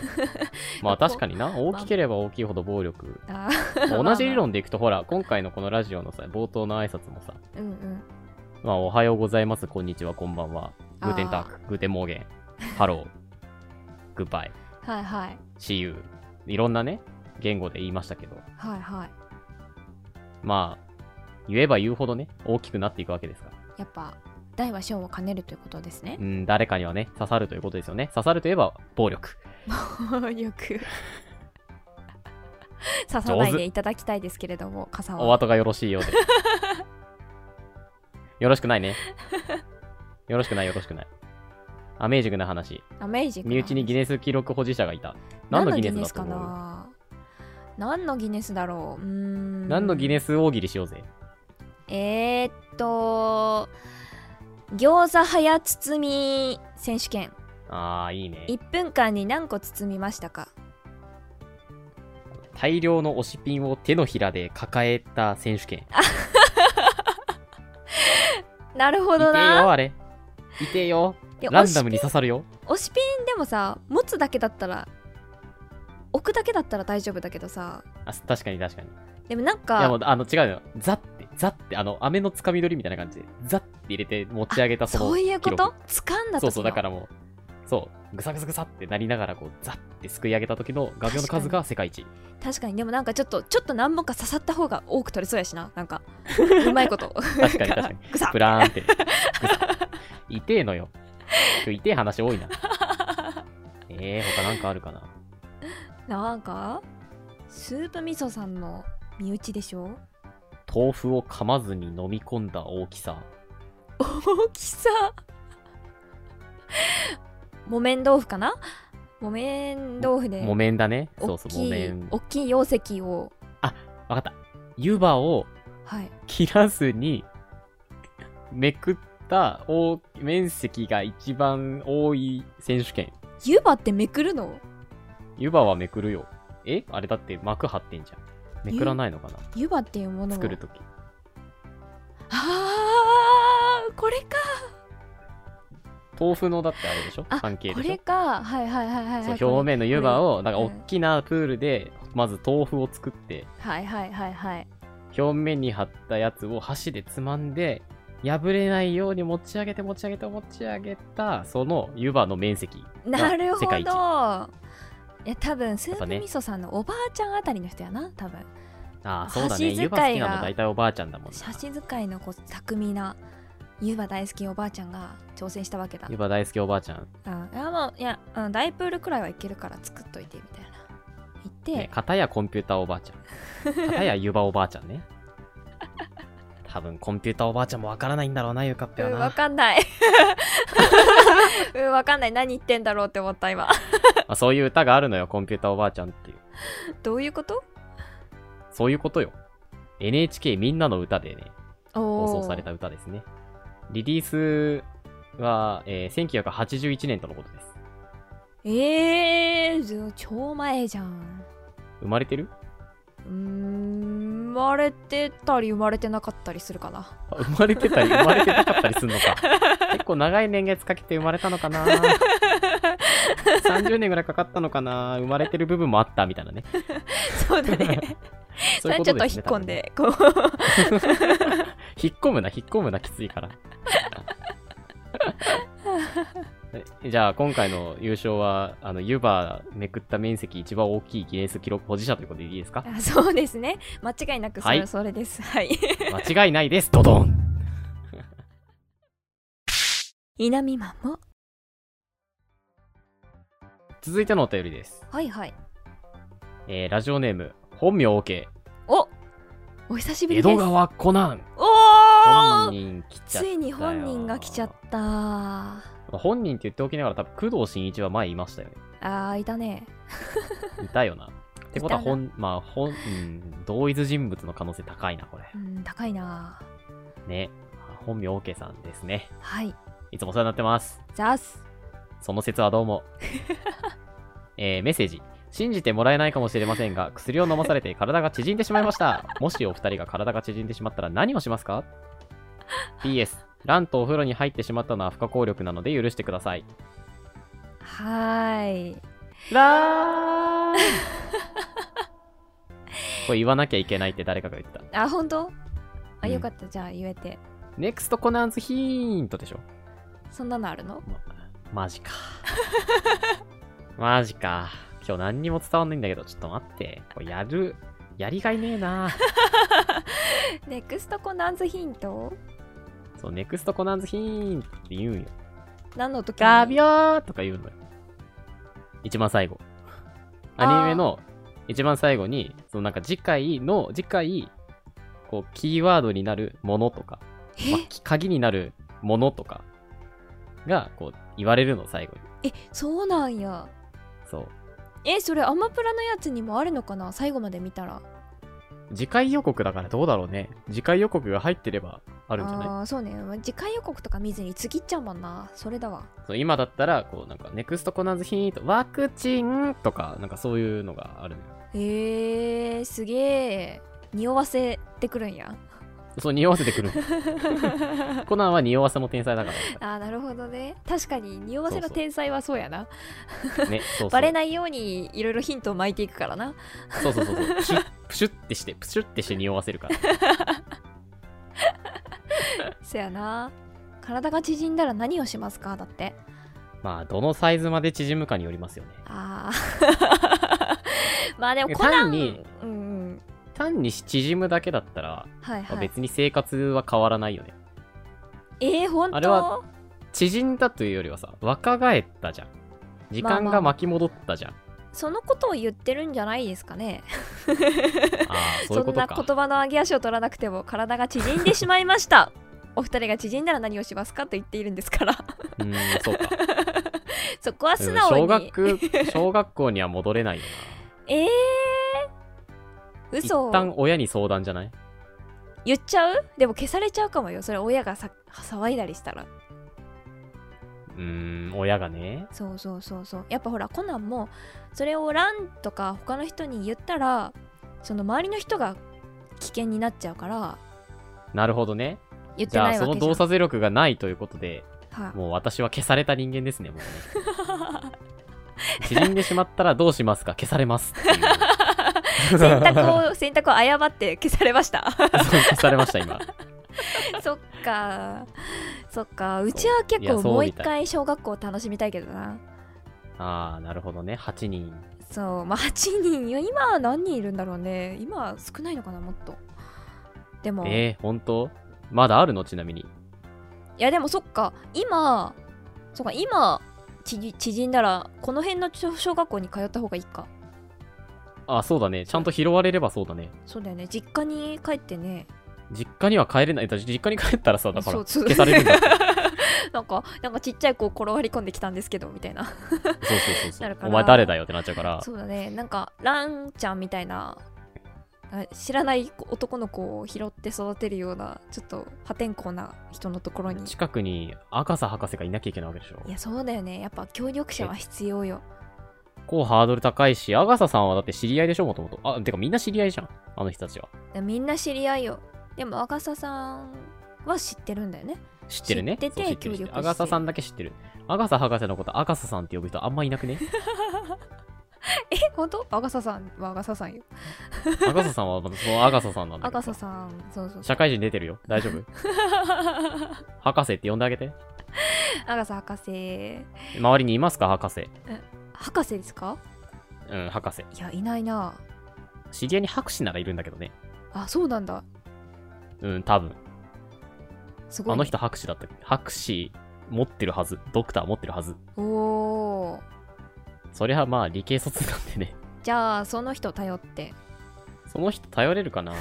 Speaker 1: あ
Speaker 2: ここ
Speaker 1: 確かにな。大きければ大きいほど暴力。
Speaker 2: あー
Speaker 1: 同じ理論でいくと、ほら、今回のこのラジオのさ、冒頭の挨拶もさ、
Speaker 2: うんうん
Speaker 1: まあおはようございます、こんにちは、こんばんは。グーテンタック、グーテンモーゲン、ハロー、 *laughs* グッバイ、
Speaker 2: はいはい
Speaker 1: シーユー。いろんなね、言語で言いましたけど、
Speaker 2: はいはい
Speaker 1: まあ、言えば言うほどね、大きくなっていくわけですから。
Speaker 2: やっぱ大は小を兼ねるということですね
Speaker 1: うん、誰かにはね、刺さるということですよね。刺さるといえば、暴力。
Speaker 2: 暴
Speaker 1: *laughs*
Speaker 2: 力刺さないでいただきたいですけれども傘
Speaker 1: お
Speaker 2: は
Speaker 1: 後がよろしいよう
Speaker 2: *laughs*
Speaker 1: で。よろしくないね。よろしくない、よろしくない。アメージングな話。
Speaker 2: アメージング
Speaker 1: 身内にギネス記録保持者がいた。何のギネスだと
Speaker 2: 何のギネ
Speaker 1: 思う
Speaker 2: かな何のギネスだろううーん
Speaker 1: 何のギネス大喜利しようぜ。
Speaker 2: えー、っと餃子早包み選手権
Speaker 1: あー、いいね。
Speaker 2: 1分間に何個包みましたか
Speaker 1: 大量の推しピンを手のひらで抱えた選手権。
Speaker 2: なるほ
Speaker 1: いて
Speaker 2: ど
Speaker 1: よ、
Speaker 2: な
Speaker 1: あれ。いてよ。
Speaker 2: いや
Speaker 1: ラ
Speaker 2: 推
Speaker 1: ン
Speaker 2: し
Speaker 1: ダムに刺さるよ。
Speaker 2: 推しピンでもさ持つだけだったら置くだけだったら大丈夫だけどさ
Speaker 1: あ確かに確かに。い
Speaker 2: でもなん
Speaker 1: やも
Speaker 2: か
Speaker 1: う、あの、違うのよ。ザって、ザって、あの、飴のつかみ取りみたいな感じで、ザって入れて持ち上げたその。
Speaker 2: そういう
Speaker 1: 記
Speaker 2: こ
Speaker 1: 録
Speaker 2: と掴んだ時の
Speaker 1: そうそう、だからもう、そう、ぐさぐさぐさってなりながら、こう、ザってすくい上げた時の画鋲の数が世界一。
Speaker 2: 確かにでもなんかちょっとちょっと何本か刺さった方が多く取れそうやしな
Speaker 1: *laughs*
Speaker 2: なんかうまいこと
Speaker 1: 確かに確かに
Speaker 2: *laughs* ぐさ
Speaker 1: ブラーンって。ぐさ痛えのよ。今日痛え話多い
Speaker 2: *laughs*
Speaker 1: な。えー、他なんかあるかな。
Speaker 2: なんかスープ味噌さんの身内でしょ
Speaker 1: 豆腐を噛まずに飲み込んだ大きさ。
Speaker 2: 大きさ木綿豆腐かな木綿豆腐で
Speaker 1: 木綿だね。そ
Speaker 2: 大
Speaker 1: うそう、
Speaker 2: き
Speaker 1: 木
Speaker 2: い
Speaker 1: 綿。
Speaker 2: 大きい容石を
Speaker 1: わかった。湯葉を
Speaker 2: はい
Speaker 1: 切らずに、めくった大面積が一番多い選手権。
Speaker 2: 湯葉ってめくるの
Speaker 1: 湯葉はめくるよ。えあれだって膜張ってんじゃん。めくらないのかな
Speaker 2: 湯葉っていうものを
Speaker 1: 作るとき。
Speaker 2: あーこれか
Speaker 1: 豆腐のだってあれでしょ
Speaker 2: あ
Speaker 1: 半径
Speaker 2: こ
Speaker 1: でし
Speaker 2: れ
Speaker 1: ょ
Speaker 2: かはいはいはいはい、
Speaker 1: そ
Speaker 2: はいう
Speaker 1: 表面の湯葉を、なんか
Speaker 2: うん
Speaker 1: 大きなプールで、まず豆腐を作って、
Speaker 2: はいはいはいはい
Speaker 1: 表面に張ったやつを箸でつまんで、破れないように持ち上げて持ち上げて持ち上げた、その湯葉の面積が
Speaker 2: なるほ
Speaker 1: 世
Speaker 2: ど
Speaker 1: 界
Speaker 2: い
Speaker 1: 一。あ
Speaker 2: や多分スー
Speaker 1: っぱ
Speaker 2: プ
Speaker 1: ね
Speaker 2: 味噌さんのおばあちゃんあたりの人やな多分
Speaker 1: あ、そうだね。
Speaker 2: 箸使い
Speaker 1: 湯葉
Speaker 2: が
Speaker 1: 好きなの大体おばあちゃんだもんな
Speaker 2: 写。 *laughs* 真使いのこう巧みな湯葉大好きおばあちゃんが挑戦したわけだ
Speaker 1: 湯葉大好きおばあちゃん。
Speaker 2: あいやもういや、うん、大プールくらいはいけるから作っといてみたいな言って、
Speaker 1: ね、片やコンピューターおばあち
Speaker 2: *laughs*
Speaker 1: ゃん。片や湯葉おばあちゃんね。多分コンピューターおばあちゃんもわからないんだろうな、ゆかっぺは
Speaker 2: うん、
Speaker 1: な
Speaker 2: わ。かんない。 *laughs* うん、わかんない。何言ってんだろうって思った、今。
Speaker 1: まあ、そういう歌があるのよ、コンピューターおばあちゃんっていう。
Speaker 2: どういうこと
Speaker 1: そういうことよ。NHK みんなの歌でね、放送された歌ですね。リリースは、えー1981年とのことです。
Speaker 2: ええーず、超前じゃん。
Speaker 1: 生まれてる
Speaker 2: うーん、生まれてたり生まれてなかったりするかな。
Speaker 1: あ生まれてたり、生まれてなかったりすんの
Speaker 2: *laughs*
Speaker 1: か。結構長い年月かけて生まれたのかな30年ぐらいかかったのかな生まれてる部分もあったみたいなね。
Speaker 2: そうだ *laughs* ね。そ
Speaker 1: そういうこ
Speaker 2: れち
Speaker 1: と
Speaker 2: ょっ
Speaker 1: で
Speaker 2: と
Speaker 1: すね。
Speaker 2: 引っ込んで、こう。
Speaker 1: 多分ね。引っ込むな、引っ込むな、きついから。 *laughs* えじゃあ、今回の優勝は、あの、湯葉めくった面積一番大きいギネス記録保持者ということでいいです
Speaker 2: *laughs*
Speaker 1: か
Speaker 2: あそうですね。間違いなくそ
Speaker 1: は
Speaker 2: れ、
Speaker 1: い
Speaker 2: それです。はい。
Speaker 1: 間違いないです、ドドン
Speaker 2: 稲見マンも。
Speaker 1: 続いてのお便りです。
Speaker 2: はいはい。
Speaker 1: えー、ラジオネーム、本名 OK、
Speaker 2: おお久しぶり
Speaker 1: 江
Speaker 2: です。
Speaker 1: 戸川コナン。
Speaker 2: お
Speaker 1: 本
Speaker 2: ー
Speaker 1: 人来ちゃったよ
Speaker 2: ついに本人が来ちゃった。あ
Speaker 1: 本人って言っておきながら、多分工藤新一は前いましたよね。
Speaker 2: ー、いたね。
Speaker 1: いたよな。ってことは、
Speaker 2: いたな
Speaker 1: 本、まあ、本、うん、同一人物の可能性高いな、これ。
Speaker 2: うん、高いな
Speaker 1: ね。本名 OK さんですね。
Speaker 2: はい。
Speaker 1: いつもお世話になってます。
Speaker 2: ザース。
Speaker 1: その説はどうも。えー、メッセージ。信じてもらえないかもしれませんが、薬を飲まされて体が縮んでしまいました。もしお二人が体が縮んでしまったら何をしますか ?PS、ランとお風呂に入ってしまったのは不可抗力なので許してください。
Speaker 2: はーい。
Speaker 1: ラーこれ言わなきゃいけないって誰かが言ってた。
Speaker 2: あ、本当
Speaker 1: う
Speaker 2: あ、
Speaker 1: ん
Speaker 2: よかった。じゃあ言えて。
Speaker 1: ネクストコナンズヒントでしょ。
Speaker 2: そんなのあるの
Speaker 1: まマジか。マジか。今日何にも伝わんないんだけど、ちょっと待って。これやる。やりがいねえな。
Speaker 2: ネクストコナンズヒント
Speaker 1: そう、ネクストコナンズヒーンって言うんよ。
Speaker 2: 何の時に
Speaker 1: ガビョーとか言うのよ。一番最後。
Speaker 2: あー
Speaker 1: アニメの一番最後に、そのなんか次回の、次回、こう、キーワードになるものとか、まあ
Speaker 2: え
Speaker 1: き鍵になるものとかが、こう、言われるの、最後に。
Speaker 2: え、そうなんや。
Speaker 1: そう。
Speaker 2: え、それアマプラのやつにもあるのかな最後まで見たら。
Speaker 1: 次回予告だからどうだろうね。次回予告が入ってればあるんじゃない
Speaker 2: あーそうねまあ次回予告とか見ずに次行っちゃうもんなそれだわ
Speaker 1: そう今だったら、こう、なんか、ネクストコナンズヒート、ワクチンとか、なんかそういうのがあるのよ。
Speaker 2: へえー、すげえ匂わせてくるんや
Speaker 1: そう、匂わせて
Speaker 2: *laughs*
Speaker 1: くるの。コナンは匂わせも天才だか
Speaker 2: あーなるほどね確かに匂わせの天才はそうやな
Speaker 1: ら。ね、そうそう。
Speaker 2: バレないようにいろいろヒントを巻いていくからな
Speaker 1: そうそうそうそう。プシュッ、プシュッってして、プシュッってして匂わせるから。
Speaker 2: そやな体が縮んだら何をしますかだって
Speaker 1: まあ、どのサイズまで縮むかによりますよね。
Speaker 2: ああ *laughs* まあでもコナ
Speaker 1: 単
Speaker 2: ン
Speaker 1: に
Speaker 2: うんうん
Speaker 1: 単に縮むだけだったら、
Speaker 2: はい
Speaker 1: まあ
Speaker 2: はい
Speaker 1: 別に生活は変わらないよね。
Speaker 2: えー、本当
Speaker 1: あれは縮んだというよりはさ、若返ったじゃん。時間が巻き戻ったじゃん。
Speaker 2: そのことを言ってるんじゃないですかね
Speaker 1: あ
Speaker 2: *laughs*
Speaker 1: あ、そういう
Speaker 2: そ
Speaker 1: こ
Speaker 2: ん
Speaker 1: と
Speaker 2: な
Speaker 1: か。
Speaker 2: 言葉の上げ足を取らなくても体が縮んでしまいました
Speaker 1: *laughs*
Speaker 2: お二人が縮んだら何をしますかと言っているんですから
Speaker 1: うーん、そうか。
Speaker 2: *laughs* そこは素
Speaker 1: うん
Speaker 2: 直に
Speaker 1: 小学、小学校には戻れないよ
Speaker 2: えー、
Speaker 1: な。一
Speaker 2: 嘘
Speaker 1: 旦親に相談じゃない
Speaker 2: 言っちゃうでも消されちゃうかもよそれ親がさ騒いだりしたら
Speaker 1: うーん、親がね。
Speaker 2: そうそうそうそうやっぱほらコナンもそれをランとか他の人に言ったらその周りの人が危険になっちゃうから
Speaker 1: なるほどね。
Speaker 2: 言っ
Speaker 1: じ
Speaker 2: て
Speaker 1: ゃ
Speaker 2: な
Speaker 1: あ、
Speaker 2: い
Speaker 1: そ
Speaker 2: わ
Speaker 1: の
Speaker 2: けじゃ
Speaker 1: 洞
Speaker 2: ん
Speaker 1: 察力がないということで、
Speaker 2: は
Speaker 1: もう私は消された人間ですね、もうね。
Speaker 2: *laughs*
Speaker 1: 縮んでしまったらどうしますか消されますっていう。
Speaker 2: い、選択を選択を誤って消されました
Speaker 1: *laughs* そう消されました、今。
Speaker 2: そっかそっかうちは結
Speaker 1: いや
Speaker 2: 構
Speaker 1: そう
Speaker 2: もう
Speaker 1: み
Speaker 2: 一
Speaker 1: たい
Speaker 2: 回小学校を楽しみたいけどな
Speaker 1: ああ、なるほどね。8人。
Speaker 2: そうまあ8人いや今は何人いるんだろうね今は少ないのかなもっとでも、
Speaker 1: えー、本当まだあるのちなみに。
Speaker 2: いやでもそっか今そっか今縮縮んだらこの辺の小小学校に通った方がいいか
Speaker 1: あ、そうだね。ちゃんと拾われればそうだね。
Speaker 2: そうだよね実家に帰ってね
Speaker 1: 実家には帰れない。だって実家に帰ったらさ、だから
Speaker 2: そうそう
Speaker 1: 消されるんだって。
Speaker 2: *laughs* なんかなんかちっちゃい子転がり込んできたんですけどみたいな
Speaker 1: そうそうそうそ
Speaker 2: なる
Speaker 1: う
Speaker 2: か。ら
Speaker 1: お前誰だよってなっちゃうから。
Speaker 2: そうだねなんかランちゃんみたいなあ知らない男の子を拾って育てるようなちょっと破天荒な人のところに
Speaker 1: 近くに赤さ博士がいなきゃいけないわけでしょ
Speaker 2: いやそうだよねやっぱ協力者は必要よ
Speaker 1: 結構ハードル高いしアガサさんはだって知り合いでしょもともとあてかみんな知り合いじゃんあの人たちは
Speaker 2: みんな知り合いよでも赤狭さんは知ってるんだよね
Speaker 1: 知ってるね
Speaker 2: 知ってて
Speaker 1: そう知ってる
Speaker 2: 協力
Speaker 1: 知って
Speaker 2: して
Speaker 1: るアガサさんだけ知ってるアガサ博士のことアガサさんって呼ぶ人あんまいなくね
Speaker 2: え本当アガサさんはアガサさんよ
Speaker 1: アガサさんはまたそのアガサさんなんだ
Speaker 2: ア
Speaker 1: けど
Speaker 2: ガサさんそうそう
Speaker 1: 社会人出てるよ大丈夫
Speaker 2: *laughs*
Speaker 1: 博士って呼んであげて
Speaker 2: アガサ博士
Speaker 1: 周りにいますか博士
Speaker 2: 博士ですか
Speaker 1: うん博士
Speaker 2: いやいないな
Speaker 1: 知り合いに博士ならいるんだけどね
Speaker 2: あそうなんだ
Speaker 1: うん多分
Speaker 2: すごい、ね、
Speaker 1: あの人博士だったっけ博士持ってるはずドクター持ってるはず
Speaker 2: おお
Speaker 1: そりゃまあ理系卒なんでね
Speaker 2: じゃあその人頼って
Speaker 1: その人頼れるか
Speaker 2: *laughs*
Speaker 1: な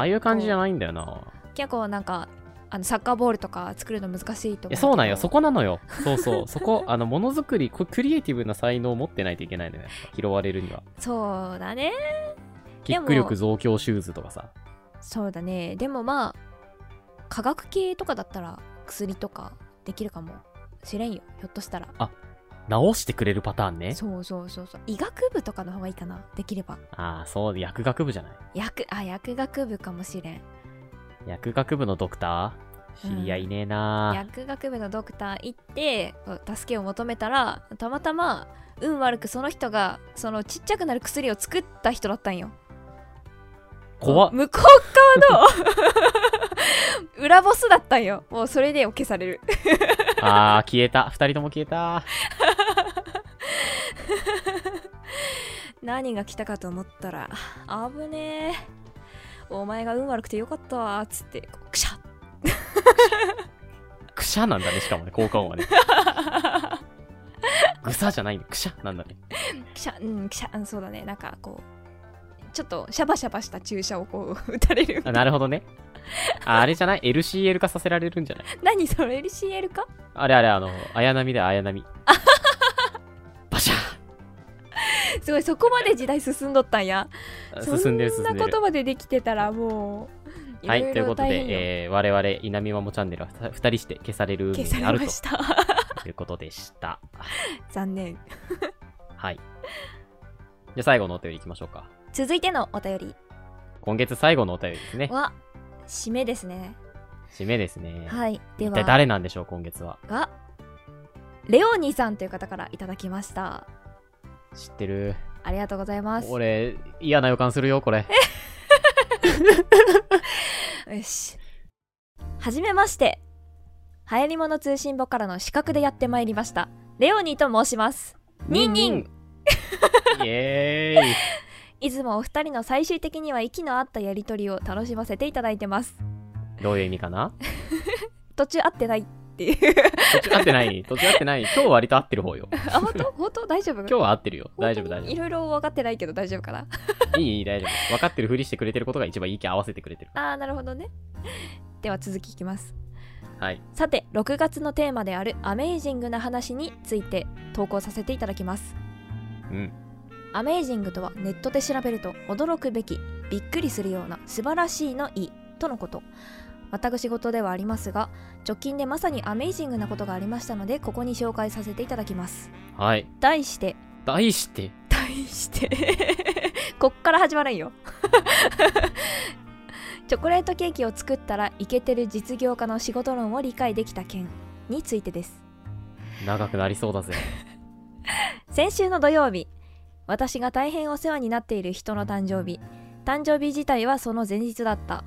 Speaker 1: ああいう感じじゃないんだよな。
Speaker 2: 結構なんかあのサッカーボールとか作るの難しいと思う
Speaker 1: え
Speaker 2: けど
Speaker 1: そうなんよ、そこなのよ。そうそう、 *laughs* そこ、あの、ものづくり、こクリエイティブな才能を持ってないといけないのよ、やっぱ拾われるには。
Speaker 2: そうだね
Speaker 1: キ
Speaker 2: で
Speaker 1: ッ
Speaker 2: も
Speaker 1: ク力増強シューズとかさ。
Speaker 2: そうだねでもまあ科学系とかだったら薬とかできるかもしれんよひょっとしたら
Speaker 1: 直してくれるパターンね。
Speaker 2: そうそうそうそう医学部とかの方がいいかなできれば
Speaker 1: ああ、そう、薬学部じゃない。
Speaker 2: 薬あ薬学部かもしれん
Speaker 1: 薬学部のドクター知り合いねえな、
Speaker 2: 薬学部のドクター行ってこう助けを求めたらたまたま運悪くその人がそのちっちゃくなる薬を作った人だったんよ
Speaker 1: 怖っ。
Speaker 2: 向こう側の *laughs* 裏ボスだったんよもうそれで消される
Speaker 1: ああ、消えた。二人とも消えた。
Speaker 2: 何が来たかと思ったらあ危ねえお前が運悪くてよかったわっつってこうクシャッ
Speaker 1: くしゃなんだね、しかもね、効果音は
Speaker 2: *laughs*
Speaker 1: ね。ぐさじゃないね、くしゃなんだね。
Speaker 2: クシャうんクシャうんそうだねなんかこうちょっとシャバシャバした注射をこう打た
Speaker 1: *laughs*
Speaker 2: れる
Speaker 1: あなるほどね。ああれじゃない ?LCL 化させられるんじゃない
Speaker 2: 何それ LCL か
Speaker 1: あれあれ、あの、綾波だよ、綾
Speaker 2: *laughs*
Speaker 1: 波。バシャ
Speaker 2: すごいそこまで時代進んどったんや
Speaker 1: ー進んでる進んで
Speaker 2: そんな
Speaker 1: る
Speaker 2: 言。葉でできてたらもうい
Speaker 1: は
Speaker 2: ろい
Speaker 1: い、という
Speaker 2: ろ
Speaker 1: こと
Speaker 2: 大変よ、
Speaker 1: で、えー我々、稲見まもチャンネルは2人して消される運命
Speaker 2: 消
Speaker 1: に
Speaker 2: さ
Speaker 1: あ
Speaker 2: れ
Speaker 1: る
Speaker 2: ました。
Speaker 1: ということでした。
Speaker 2: 残念。
Speaker 1: はい。じゃあ最後のお便りいきましょうか。
Speaker 2: 続いてのお便り
Speaker 1: 今月最後のお便りですね。
Speaker 2: は、締めですね。
Speaker 1: 締めですね。
Speaker 2: はい。で
Speaker 1: 一体
Speaker 2: は、
Speaker 1: 誰なんでしょう、今月は。
Speaker 2: が、レオニーさんという方からいただきました。
Speaker 1: 知ってる。
Speaker 2: ありがとうございます。
Speaker 1: 俺、嫌な予感するよ、これ。
Speaker 2: よし。はじめまして。流行り物通信簿からの資格でやってまいりました。レオニーと申します。ニンニン
Speaker 1: イ
Speaker 2: *laughs*
Speaker 1: エーイ
Speaker 2: いつもお二人の最終的には息の合ったやりとりを楽しませていただいてます。
Speaker 1: どういう意味かな
Speaker 2: 途中合ってないっていう。
Speaker 1: 途中合ってない途中合ってない今日割と合ってる方よ。
Speaker 2: あ、本当本当大丈夫
Speaker 1: 今日は合ってるよ。大丈夫、
Speaker 2: 本当
Speaker 1: 大
Speaker 2: に
Speaker 1: 丈
Speaker 2: いろいろ分かってないけど大丈夫かな。
Speaker 1: 夫。いい、いい、大丈夫。分かってるふりしてくれてることが一番いい気合わせてくれてる。
Speaker 2: あー、なるほどね。では続きいきます。
Speaker 1: はい。
Speaker 2: さて、6月のテーマであるアメイジングな話について投稿させていただきます。
Speaker 1: うん。
Speaker 2: アメイジングとはネットで調べると驚くべきびっくりするような素晴らしいの意とのこと私事ではありますが直近でまさにアメイジングなことがありましたのでここに紹介させていただきます
Speaker 1: はい。
Speaker 2: 題して
Speaker 1: 題して、
Speaker 2: 題して *laughs* こっから始まるんよ *laughs* チョコレートケーキを作ったらイケてる実業家の仕事論を理解できた件についてです
Speaker 1: 長くなりそう
Speaker 2: *laughs*
Speaker 1: だぜ。
Speaker 2: 先週の土曜日私が大変お世話になっている人の誕生日誕生日自体はその前日だった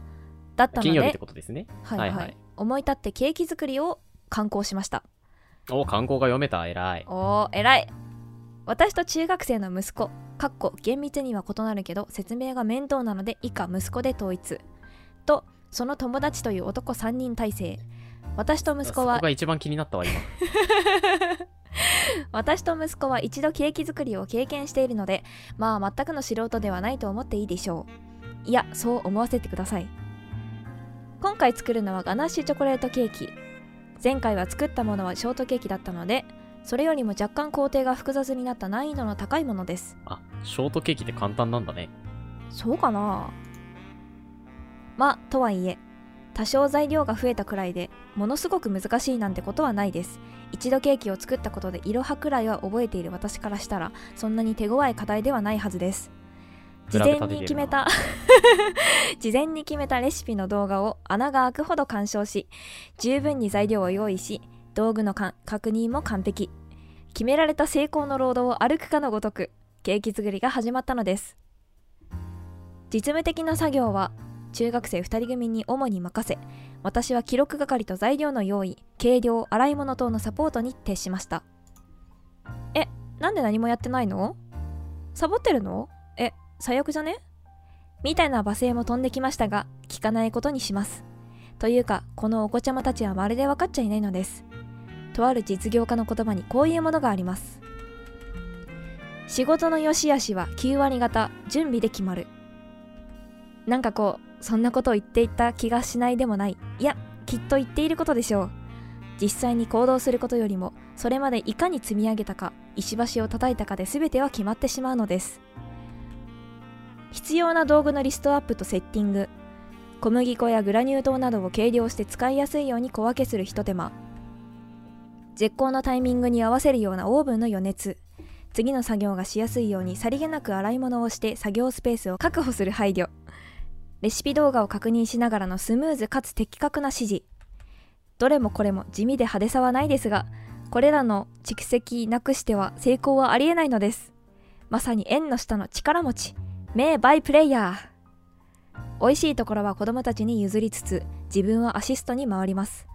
Speaker 2: だったの
Speaker 1: 金
Speaker 2: で
Speaker 1: 曜日ってことですね。
Speaker 2: はいはい
Speaker 1: はいはい
Speaker 2: 思い立ってケーキ作りを観光しました
Speaker 1: お、観光が読めた。偉い。
Speaker 2: おー偉い私と中学生の息子かっこ厳密には異なるけど説明が面倒なので以下息子で統一とその友達という男3人体制私と息子
Speaker 1: そ
Speaker 2: は
Speaker 1: こが一番気になったわ、今。
Speaker 2: *laughs* 私と息子は一度ケーキ作りを経験しているのでまあ全くの素人ではないと思っていいでしょういやそう思わせてください今回作るのはガナッシュチョコレートケーキ前回は作ったものはショートケーキだったのでそれよりも若干工程が複雑になった難易度の高いものです
Speaker 1: あ、ショートケーキって簡単なんだね。
Speaker 2: そうかなまあとはいえ多少材料が増えたくらいでものすごく難しいなんてことはないです一度ケーキを作ったことでいろはくらいは覚えている私からしたらそんなに手強い課題ではないはずです事前に決め *laughs* た事前に決めたレシピの動画を穴が開くほど鑑賞し十分に材料を用意し道具のかん確認も完璧決められた成功の労働を歩くかのごとくケーキ作りが始まったのです実務的な作業は中学生2人組に主に任せ私は記録係と材料の用意計量洗い物等のサポートに徹しましたえなんで何もやってないのサボってるのえ最悪じゃねみたいな罵声も飛んできましたが聞かないことにしますというかこのお子ちゃまたちはまるで分かっちゃいないのですとある実業家の言葉にこういうものがあります仕事の良し悪しは9割方準備で決まるなんかこうそんなことを言っていた気がしないでもないいやきっと言っていることでしょう実際に行動することよりもそれまでいかに積み上げたか石橋を叩いたかで全ては決まってしまうのです必要な道具のリストアップとセッティング小麦粉やグラニュー糖などを計量して使いやすいように小分けするひと手間絶好のタイミングに合わせるようなオーブンの余熱次の作業がしやすいようにさりげなく洗い物をして作業スペースを確保する配慮レシピ動画を確認しながらのスムーズかつ的確な指示どれもこれも地味で派手さはないですがこれらの蓄積なくしては成功はありえないのですまさに縁の下の力持ち名バイプレイヤー美味しいところは子供たちに譲りつつ自分はアシストに回ります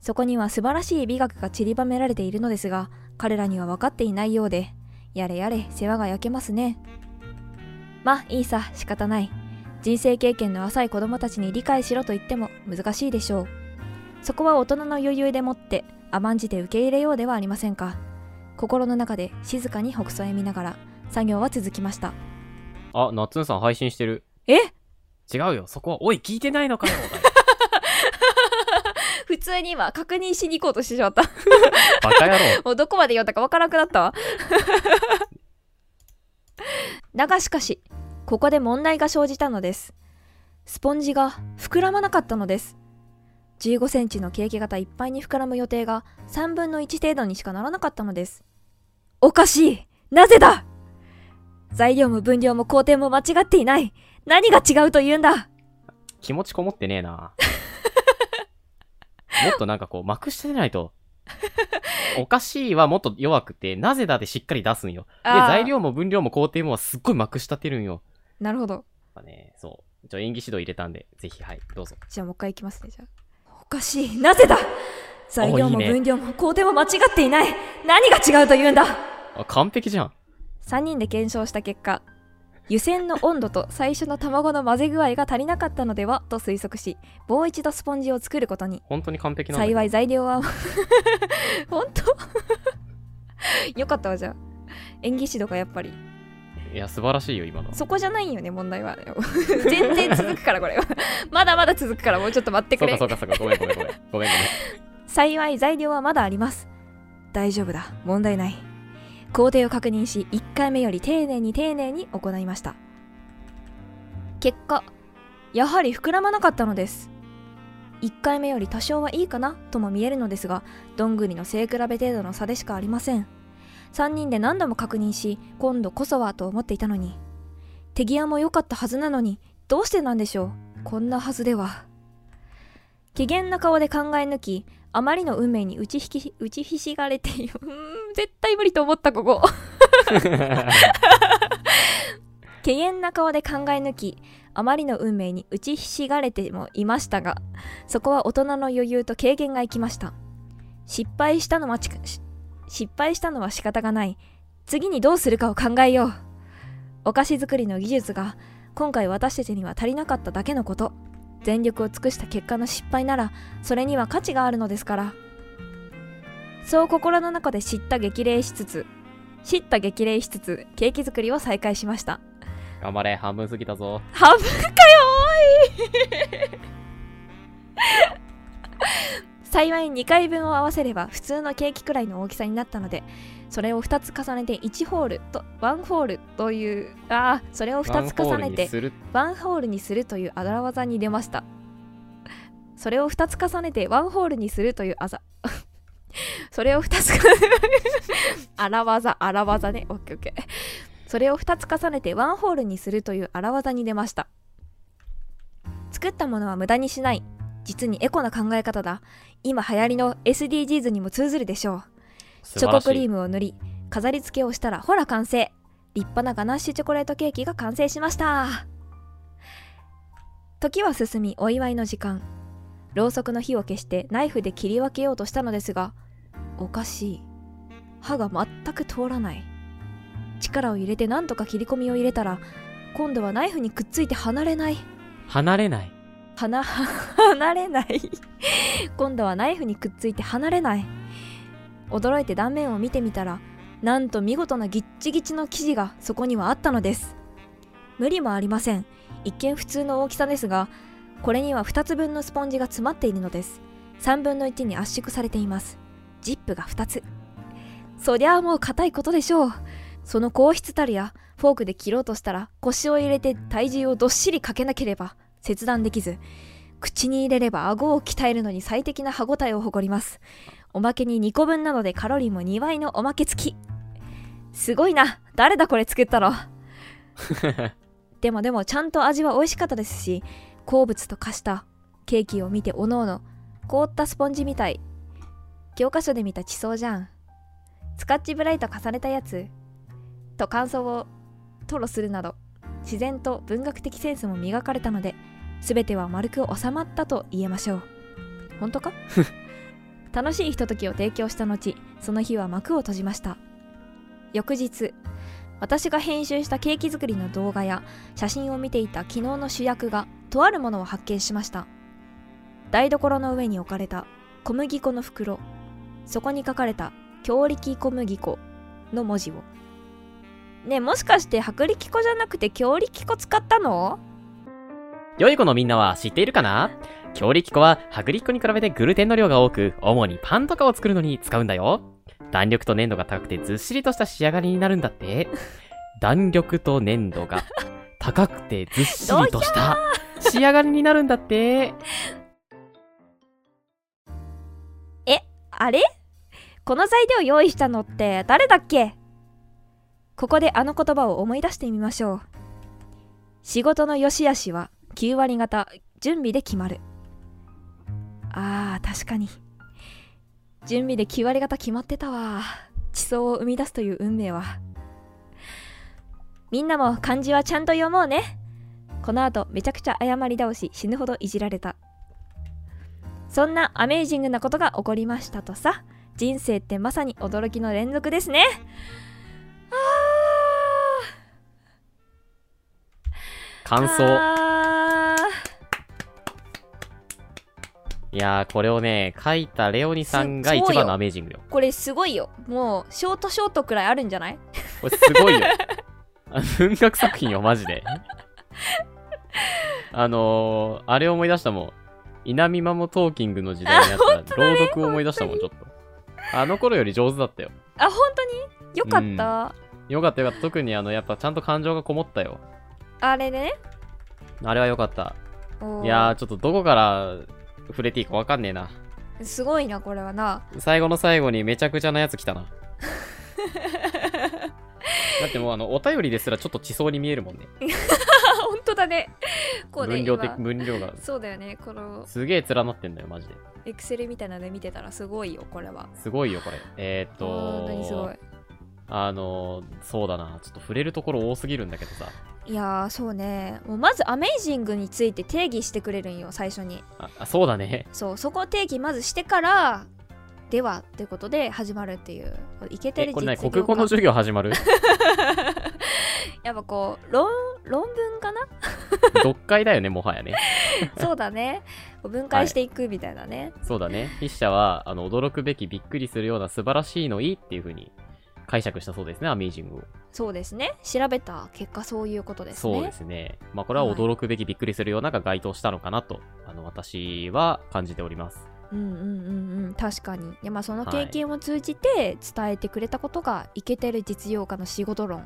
Speaker 2: そこには素晴らしい美学が散りばめられているのですが彼らには分かっていないようでやれやれ世話が焼けますねまあいいさ仕方ない人生経験の浅い子供たちに理解しろと言っても難しいでしょうそこは大人の余裕でもって甘んじて受け入れようではありませんか心の中で静かに北斎見ながら作業は続きました
Speaker 1: あ、ナッツンさん配信してる。
Speaker 2: え
Speaker 1: 違うよ、そこは、おい、聞いてないのかよ。
Speaker 2: 普通に今確認しに行こうとしてしまった *laughs*
Speaker 1: バカ野郎。 *laughs*
Speaker 2: もうどこまで読んだかわからなくなったわ *laughs* だがしかしここで問題が生じたのですスポンジが膨らまなかったのです15センチのケーキ型いっぱいに膨らむ予定が3分の1程度にしかならなかったのですおかしいなぜだ材料も分量も工程も間違っていない何が違うと言うんだ
Speaker 1: 気持ちこもってねえな。 *laughs* もっとなんかこう、まくしてないと。おかしいはもっと弱くて、なぜだってしっかり出すんよ。で、
Speaker 2: あー
Speaker 1: 材料も分量も工程もすっごいまくしたてるんよ。
Speaker 2: なるほど
Speaker 1: まあね、そう。ちょ、演技指導入れたんで、ぜひ、はい、どうぞ。
Speaker 2: じゃあもう一回いきますねじゃあおかしいなぜだ材料も
Speaker 1: いいね
Speaker 2: 分量も工程も間違っていない何が違うと言うんだ
Speaker 1: あ、完璧じゃん。
Speaker 2: 3人で検証した結果湯煎の温度と最初の卵の混ぜ具合が足りなかったのではと推測しもう一度スポンジを作ることに
Speaker 1: 本当に完璧なんだけど
Speaker 2: 幸い材料は *laughs* 本当よかったわじゃあ演技指導がやっぱり
Speaker 1: いや、素晴らしいよ、今の。
Speaker 2: そこじゃないよね問題は *laughs* 全然続くからこれはまだまだ続くからもうちょっと待って
Speaker 1: そう
Speaker 2: く
Speaker 1: か、
Speaker 2: れ
Speaker 1: そうか、そうか。ごめん、ごめん、ごめん。ごめん、ごめん。
Speaker 2: 幸い材料はまだあります大丈夫だ問題ない工程を確認し1回目より丁寧に丁寧に行いました結果やはり膨らまなかったのです1回目より多少はいいかなとも見えるのですがどんぐりの背比べ程度の差でしかありません3人で何度も確認し今度こそはと思っていたのに手際も良かったはずなのにどうしてなんでしょうこんなはずでは機嫌な顔で考え抜きあまりの運命に打ちひき打ちひしがれているう *laughs* ーん絶対無理と思ったこ *laughs* こ機嫌な顔で考え抜きあまりの運命に打ちひしがれてもいましたがそこは大人の余裕と軽減がいきました失敗したのはちかし失敗したのは仕方がない次にどうするかを考えようお菓子作りの技術が今回私たちには足りなかっただけのこと全力を尽くした結果の失敗ならそれには価値があるのですからそう心の中で知った激励しつつ知った激励しつつケーキ作りを再開しました
Speaker 1: 頑張れ、半分過ぎたぞ。
Speaker 2: 半分かよおい *laughs* 幸い2回分を合わせれば普通のケーキくらいの大きさになったのでそれを2つ重ねて1ホールと1ホールというああそれを2つ重ね
Speaker 1: ワンホール
Speaker 2: て
Speaker 1: にする
Speaker 2: ワンホールにするというあだら技に出ましたそれを2つ重ねてワンホールにするというあざ *laughs* それを2つ重ねて *laughs* 荒技荒技ねオッケーオッケーそれを2つ重ねてワンホールにするという荒技に出ました作ったものは無駄にしない実にエコな考え方だ今流行りの SDGs にも通ずるでしょうチョコクリー
Speaker 1: ム。
Speaker 2: ムを塗り飾り付けをしたらほら完成立派なガナッシュチョコレートケーキが完成しました時は進みお祝いの時間ろうそくの火を消してナイフで切り分けようとしたのですがおかしい歯が全く通らない力を入れて何とか切り込みを入れたら今度はナイフにくっついて離れない
Speaker 1: 離れない。
Speaker 2: 離 *laughs* 離れない今度はナイフにくっついて離れない驚いて断面を見てみたらなんと見事なギッチギチの生地がそこにはあったのです無理もありません一見普通の大きさですがこれには2つ分のスポンジが詰まっているのです3分の1に圧縮されていますジップが2つそりゃあもう硬いことでしょうその硬質たるやフォークで切ろうとしたら腰を入れて体重をどっしりかけなければ切断できず口に入れれば顎を鍛えるのに最適な歯ごたえを誇りますおまけに2個分なのでカロリーも2倍のおまけ付きすごいな誰だこれ作ったのでもでもちゃんと味は美味しかったですし好物と化したケーキを見ておのおの凍ったスポンジみたい教科書で見た地層じゃんスカッチブライト重ねたやつと感想を吐露するなど自然と文学的センスも磨かれたので全ては丸く収まったと言えましょう本当か楽しいひとときを提供した後その日は幕を閉じました翌日私が編集したケーキ作りの動画や写真を見ていた昨日の主役がとあるものを発見しました台所の上に置かれた小麦粉の袋そこに書かれた「強力小麦粉」の文字をねえもしかして薄力粉じゃなくて強力粉使ったの
Speaker 1: 良い子のみんなは知っているかな強力粉は薄力粉に比べてグルテンの量が多く、主にパンとかを作るのに使うんだよ。弾力と粘度が高くてずっしりとした仕上がりになるんだって。弾力と粘度が高くてずっしりとした仕上がりになるんだって。
Speaker 2: あれこの材料用意したのって誰だっけここであの言葉を思い出してみましょう仕事の良し悪しは9割方準備で決まるあー確かに準備で9割方決まってたわ地層を生み出すという運命はみんなも漢字はちゃんと読もうねこの後めちゃくちゃ謝り倒し死ぬほどいじられたそんなアメージングなことが起こりましたとさ人生ってまさに驚きの連続ですね
Speaker 1: 感想。
Speaker 2: あ
Speaker 1: いやー、これをね、書いたレオニさんが
Speaker 2: す
Speaker 1: 一
Speaker 2: そうよ
Speaker 1: 番のアメージングよ。
Speaker 2: ーこれすごいよもうショートショートくらいあるんじゃない
Speaker 1: これすごいよ。あ文学作品よ、マジで。あのー、あれ思い出したもん。稲見マモトーキングの時代にあった朗読を思い出したもん、ちょっと。あの頃より上手だったよ。
Speaker 2: あ本当によかった、
Speaker 1: よかったよかった。特にあの、やっぱちゃんと感情がこもったよ。
Speaker 2: あれね
Speaker 1: あれはよかった。
Speaker 2: おー
Speaker 1: いやー、ちょっとどこから触れていいかわかんねえな。
Speaker 2: すごいなこれ
Speaker 1: *laughs*
Speaker 2: はな
Speaker 1: 最後の最後にめちゃくちゃなやつ来
Speaker 2: *laughs*
Speaker 1: たな。だってもうあの、お便りですらちょっと地層に見えるもんね。
Speaker 2: あ本当だねこうね
Speaker 1: 分量的、
Speaker 2: 今
Speaker 1: 分量が。
Speaker 2: そうだよねこの
Speaker 1: すげえ連なってんだよ、マジで。
Speaker 2: エクセルみたいなので見てたらすごいよこれは
Speaker 1: すごいよ、これ。えー、っと、
Speaker 2: 本当にすごい
Speaker 1: あの、そうだな。ちょっと触れるところ多すぎるんだけどさ。
Speaker 2: いやーそうねもうまずアメイジングについて定義してくれるんよ最初に
Speaker 1: あ、あそうだ
Speaker 2: *laughs*
Speaker 1: ね。
Speaker 2: そうそこを定義まずしてからではってことで始まるっていうイケて
Speaker 1: え、
Speaker 2: る
Speaker 1: こ
Speaker 2: 実
Speaker 1: れ
Speaker 2: 業
Speaker 1: ね、
Speaker 2: 家
Speaker 1: 国語の授業始まる *laughs*
Speaker 2: やっぱこう論論
Speaker 1: *laughs*
Speaker 2: 文かな
Speaker 1: 読解だよね、もはやね。
Speaker 2: そうだねこう分解していくみたいなね、
Speaker 1: そうだね。筆者は、あの、驚くべき、びっくりするような素晴らしいのいいっていう風に解釈したそうですね、アメージングを。
Speaker 2: そうですね調べた結果そういうことですね
Speaker 1: そうですね。まあ、これは驚くべき、びっくりするようなが該当したのかなと、あの、私は感じております。
Speaker 2: うんうんうんうん確かにで、まあ、その経験を通じて伝えてくれたことがイケてる実用家の仕事論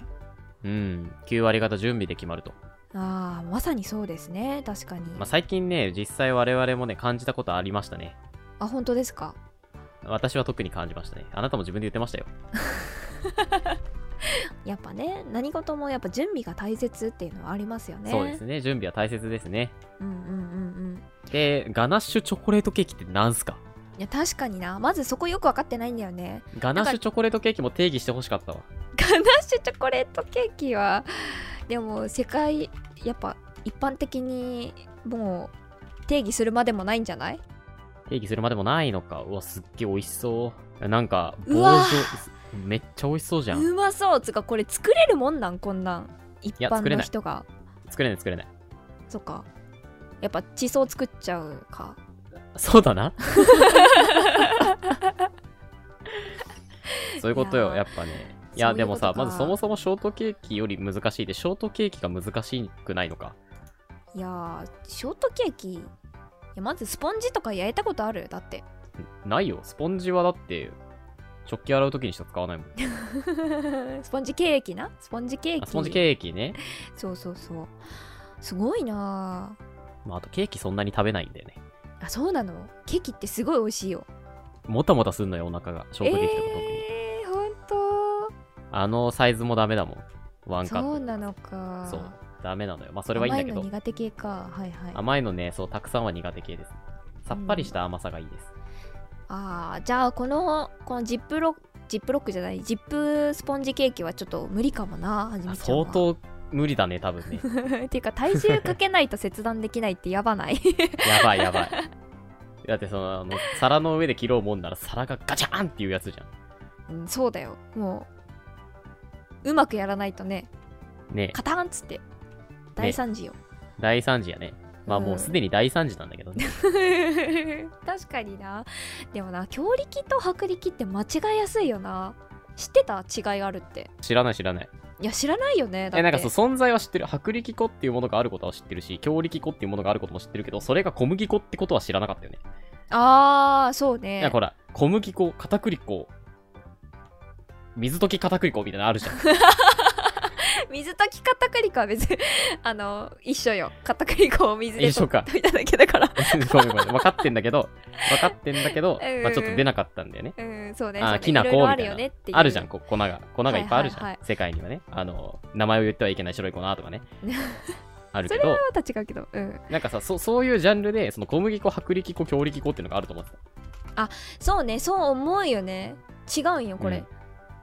Speaker 1: うん。9割方準備で決まると。
Speaker 2: あーまさにそうですね確かに、
Speaker 1: まあ、最近ね、実際我々もね、感じたことありましたね。
Speaker 2: あ本当ですか
Speaker 1: 私は特に感じましたね。あなたも自分で言ってましたよ。
Speaker 2: やっぱね何事もやっぱ準備が大切っていうのはありますよね
Speaker 1: そうですね。準備は大切ですね。
Speaker 2: うんうんうんうん
Speaker 1: で、ガナッシュチョコレートケーキってなんすか
Speaker 2: いや確かになまずそこよく分かってないんだよね *laughs*
Speaker 1: ガナッシュチョコレートケーキも定義してほしかったわ。
Speaker 2: ガナッシュチョコレートケーキはでも世界やっぱ一般的にもう定義するまでもないんじゃない
Speaker 1: 定義するまでもないのか。うわ、すっげえ美味しそう。なんか、棒
Speaker 2: うわ
Speaker 1: 状、めっちゃ美味しそうじゃん。
Speaker 2: うまそうつうかこれ作れるもんなんこんなん一
Speaker 1: や
Speaker 2: 般
Speaker 1: 作れ
Speaker 2: の
Speaker 1: ない
Speaker 2: 人が
Speaker 1: 作れない作れない。
Speaker 2: そっかやっぱ地層作っちゃうか
Speaker 1: そうだ
Speaker 2: *laughs*
Speaker 1: な。そういうこと
Speaker 2: いや
Speaker 1: よ、
Speaker 2: ー
Speaker 1: やっぱね。いや、
Speaker 2: そうい
Speaker 1: で
Speaker 2: うこ
Speaker 1: も
Speaker 2: とか
Speaker 1: さ、まずそもそもショートケーキより難しいで、ショートケーキが難しくないのか。
Speaker 2: いやーショートケーキいやまずスポンジとか焼いたことある
Speaker 1: *laughs*
Speaker 2: だって
Speaker 1: ないよ。スポンジはだって、食器洗うときにしか使わないもん。
Speaker 2: スポンジケーキなスポンジケー
Speaker 1: あ
Speaker 2: キ
Speaker 1: スポンジケーキね。
Speaker 2: そうそうそうすごいな
Speaker 1: まあ、あとケーキそんなに食べないんだよね。
Speaker 2: ああそうなのケーキってすごい美味しいよ
Speaker 1: もたもたすんのよ、お腹が。消化できたことに。
Speaker 2: えー、ほんと
Speaker 1: あのサイズもダメだもん。ワンカ
Speaker 2: そ
Speaker 1: ッ
Speaker 2: うなのか
Speaker 1: プ。そう。ダメなのよ。まあ、それはいいんだけど。
Speaker 2: 甘い
Speaker 1: 甘い
Speaker 2: の苦手系かはいはいあ
Speaker 1: のね、そう、たくさんは苦手系です。さっぱりした甘さがいいです。
Speaker 2: あーじゃあこのこのジップロックジップロックじゃないジップスポンジケーキはちょっと無理かもなはじ
Speaker 1: あ
Speaker 2: めちゃん
Speaker 1: 相
Speaker 2: は
Speaker 1: 当無理だね、多分ね。
Speaker 2: *laughs* っていうか体重かけないと切断できないってやばない *laughs*
Speaker 1: やばいやばい。だってその、あの、皿の上で切ろうもんなら皿がガチャーンっていうやつじゃ
Speaker 2: うんそうだよもううまくやらないとね
Speaker 1: ん。ねえ
Speaker 2: カタンっつって大惨事よ、
Speaker 1: 大惨事やね。まあもうすでに大惨事なんだけどね。
Speaker 2: *laughs* 確かになでもな強力と薄力って間違いやすいよな知ってた違いがあるって
Speaker 1: 知らない知らない。
Speaker 2: いや知らないよねだって
Speaker 1: え、なんかそう、存在は知ってる。薄力粉っていうものがあることは知ってるし、強力粉っていうものがあることも知ってるけど、それが小麦粉ってことは知らなかったよね。
Speaker 2: ああそう
Speaker 1: い
Speaker 2: ね
Speaker 1: や、ほら、小麦粉、
Speaker 2: *laughs*
Speaker 1: 片栗粉、水溶き片栗粉みたいなのあるじゃん。
Speaker 2: 水溶き片栗粉は別に *laughs* あの一緒よ片栗粉を水で
Speaker 1: 一緒か
Speaker 2: 溶いただけ
Speaker 1: *laughs*
Speaker 2: だから
Speaker 1: ごめんごめん。分かってんだけど、分かってんだけど
Speaker 2: うん、
Speaker 1: まあちょっと出なかったんだよね。
Speaker 2: うんそうね
Speaker 1: あ
Speaker 2: そ
Speaker 1: ー
Speaker 2: うね
Speaker 1: きなこ
Speaker 2: いろいろあ
Speaker 1: み
Speaker 2: る
Speaker 1: たい
Speaker 2: よ
Speaker 1: な
Speaker 2: ねっていう
Speaker 1: あるじゃん、こう粉が。粉がいっぱいあるじゃん、
Speaker 2: はいはい。
Speaker 1: 世界にはね。あの、名前を言ってはいけない白い粉とかねあるけ
Speaker 2: それ
Speaker 1: ど、
Speaker 2: また違うけどうん
Speaker 1: なんかさ、そそういうジャンルで、その小麦粉、薄力粉、強力粉っていうのがあると思ってた。
Speaker 2: そうねそう思うよね違うんよこれ、
Speaker 1: うん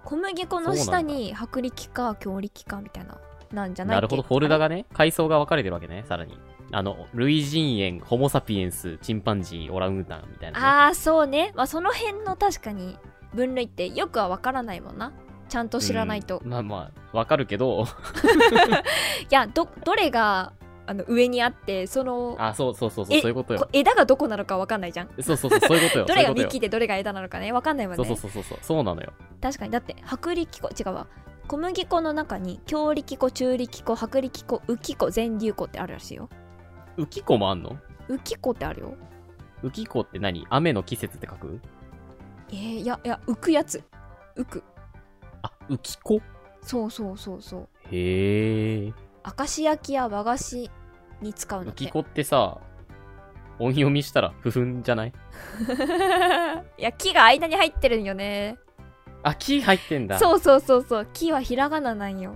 Speaker 2: 小麦粉の下に薄力か強力かみたいななんじゃない
Speaker 1: なるほど、フォルダ
Speaker 2: が
Speaker 1: がね、階層が分かれてるわけね、さらに。あの、類人猿、ホモサピエンス、チンパンジー、オランウータンみたいなね、
Speaker 2: ああそうね、まあ、その辺の確かに分類ってよくはわからないもんなちゃんと知らないと、
Speaker 1: うんまあまあ、分かるけ
Speaker 2: *laughs*
Speaker 1: ど、
Speaker 2: いやどどれがあの上にあってその
Speaker 1: あ、そうそうそうそう、
Speaker 2: え
Speaker 1: そういうこと
Speaker 2: こ
Speaker 1: よ。
Speaker 2: 枝がどこなのかわかんないじゃん
Speaker 1: そうそうそう、そういうこと
Speaker 2: *laughs*
Speaker 1: よ。
Speaker 2: どれが
Speaker 1: そういうこと
Speaker 2: 幹でどれが枝なのかねわかんないもんね
Speaker 1: よそうそうそうそう、そうなのよ。
Speaker 2: 確かにだって薄力粉違うわ小麦粉の中に強力粉中力粉薄力粉浮粉全粒粉ってあるらしいよ
Speaker 1: 浮き子もあんの
Speaker 2: 浮粉ってあるよ
Speaker 1: 浮き子って何雨の季節って書く
Speaker 2: えー、いやいや浮くやつ浮く
Speaker 1: あ、浮き子
Speaker 2: そうそうそうそう
Speaker 1: へえ。
Speaker 2: 明石焼きや和菓子に使うんだ
Speaker 1: 浮
Speaker 2: っ
Speaker 1: き
Speaker 2: て
Speaker 1: 子ってさ、音読みしたら、ふふんじゃない
Speaker 2: *laughs* いや木が間に入ってるんよね
Speaker 1: あ、木入ってんだ。う。
Speaker 2: そうそうそうそう木はひらがななんよ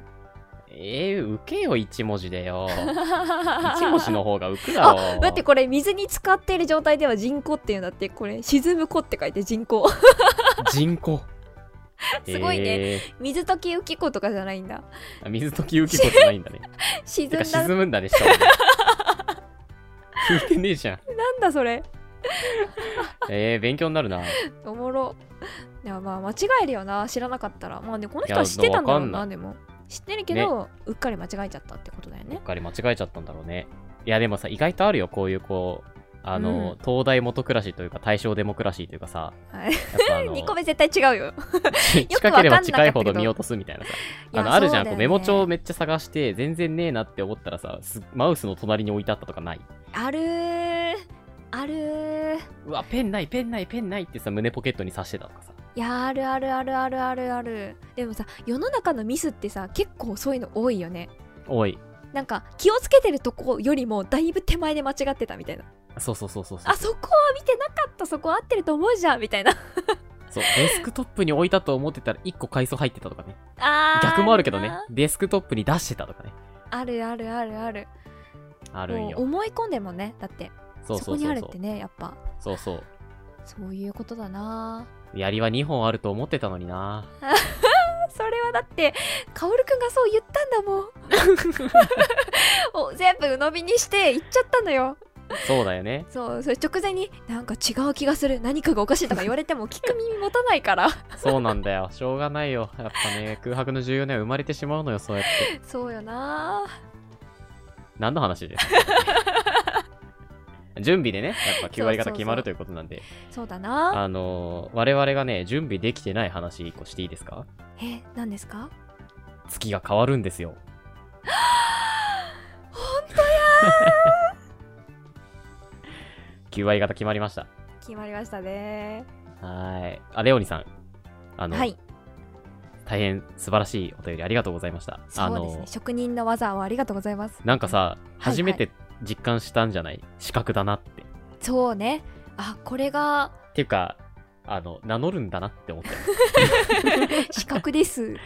Speaker 1: えー、浮けよ、一文字で
Speaker 2: *laughs*
Speaker 1: よ。一
Speaker 2: 一
Speaker 1: 文字の方が浮くだろ
Speaker 2: あ *laughs* だってこれ水に浸かっている状態では人工っていうんだってこれ沈む子って書いて人工 *laughs*
Speaker 1: 人口
Speaker 2: すごいね
Speaker 1: え
Speaker 2: 水溶き浮き子とかじゃないんだ
Speaker 1: ーあ水溶き浮き子じゃないんだ
Speaker 2: *laughs*
Speaker 1: ね
Speaker 2: 沈ん
Speaker 1: て
Speaker 2: だ
Speaker 1: か沈むんだねしかもね聞いてねえじゃん
Speaker 2: なんだそれ
Speaker 1: えー、勉強になるな
Speaker 2: おもろいやまあ間違えるよな知らなかったらまあねこの人
Speaker 1: い
Speaker 2: は
Speaker 1: や
Speaker 2: 知ってたんだろう
Speaker 1: わか
Speaker 2: なんでも知ってるけど、うっかり間違えちゃったってことだよ
Speaker 1: う
Speaker 2: ね
Speaker 1: っかり間違えちゃったんだろうねいやでもさ意外とあるよこういうこうあの、
Speaker 2: うん
Speaker 1: 東大元暮らしというか大正デモクラシーというかさ
Speaker 2: はい
Speaker 1: やっ
Speaker 2: *laughs*
Speaker 1: ぱあの
Speaker 2: 2個目絶対違うよ
Speaker 1: ち
Speaker 2: よく
Speaker 1: 近
Speaker 2: わか
Speaker 1: け
Speaker 2: んな
Speaker 1: れば
Speaker 2: かったけど
Speaker 1: 近いほど見落とすみたいなさ
Speaker 2: いや
Speaker 1: あのあるじゃん
Speaker 2: そ
Speaker 1: こう
Speaker 2: うだよね
Speaker 1: メモ帳めっちゃ探して全然ねえなって思ったらさすマウスの隣に置いてあったとかない
Speaker 2: あるーあるー
Speaker 1: うわペンないペンないペンないってさ胸ポケットに刺してたとかさ
Speaker 2: いやあるあるあるあるあるあるでもさ世の中のミスってさ結構そういうの多いよね
Speaker 1: おい
Speaker 2: なんか気をつけてるとこよりもだいぶ手前で間違ってたみたいな
Speaker 1: そうそうそうそうそう
Speaker 2: あそこは見てなかったそこは合ってると思うじゃんみたいな *laughs*
Speaker 1: そう、デスクトップに置いたと思ってたら1個階層入ってたとかね。
Speaker 2: あー
Speaker 1: 逆もあるけどね
Speaker 2: な。
Speaker 1: デスクトップに出してたとかね。
Speaker 2: あるあるあるある
Speaker 1: あるん
Speaker 2: もう
Speaker 1: よ。
Speaker 2: 思い込んでもんねだって
Speaker 1: そうそう
Speaker 2: こに
Speaker 1: そ
Speaker 2: あ
Speaker 1: う
Speaker 2: る
Speaker 1: そ
Speaker 2: ってねやっぱ
Speaker 1: う。そうそ
Speaker 2: そういうことだな
Speaker 1: う。槍は2本あると思ってたのにな。
Speaker 2: それはだってカオルくんがそう言ったんだもん *laughs* お全部鵜呑みにして言っちゃったのよ
Speaker 1: そうだよね。
Speaker 2: そうそれ直前になんか違う気がする何かがおかしいとか言われても聞く耳持たないから
Speaker 1: そうなんだ
Speaker 2: *laughs*
Speaker 1: よ。しょうがないよ。やっぱね、空白の14年は生まれてしまうのよ、 *laughs* そうやって。
Speaker 2: そうよな
Speaker 1: 何の話です
Speaker 2: *laughs*
Speaker 1: 準備でね、やっぱ9割方決まるということなんで、
Speaker 2: そうだな
Speaker 1: あのー我々がね、準備できてない話1個していいですか
Speaker 2: え何ですか
Speaker 1: 月が変わるんです
Speaker 2: *gasps*
Speaker 1: よ。 *laughs* 本当や !9 割方決まりました。
Speaker 2: 決まりましたね
Speaker 1: はーい。あ、レオニさん。あの、
Speaker 2: はい
Speaker 1: 大変素晴らしいお便りありがとうございました。あ
Speaker 2: そうですね
Speaker 1: の、
Speaker 2: 職人の技をありがとうございます
Speaker 1: なんかさ、
Speaker 2: はい
Speaker 1: 初めて実感したんじゃない資格だなって。っ
Speaker 2: そうねあこれ
Speaker 1: *laughs*
Speaker 2: が
Speaker 1: ていうか、あの、名乗るんだなって思 *laughs* ったよ。
Speaker 2: 資格です
Speaker 1: 資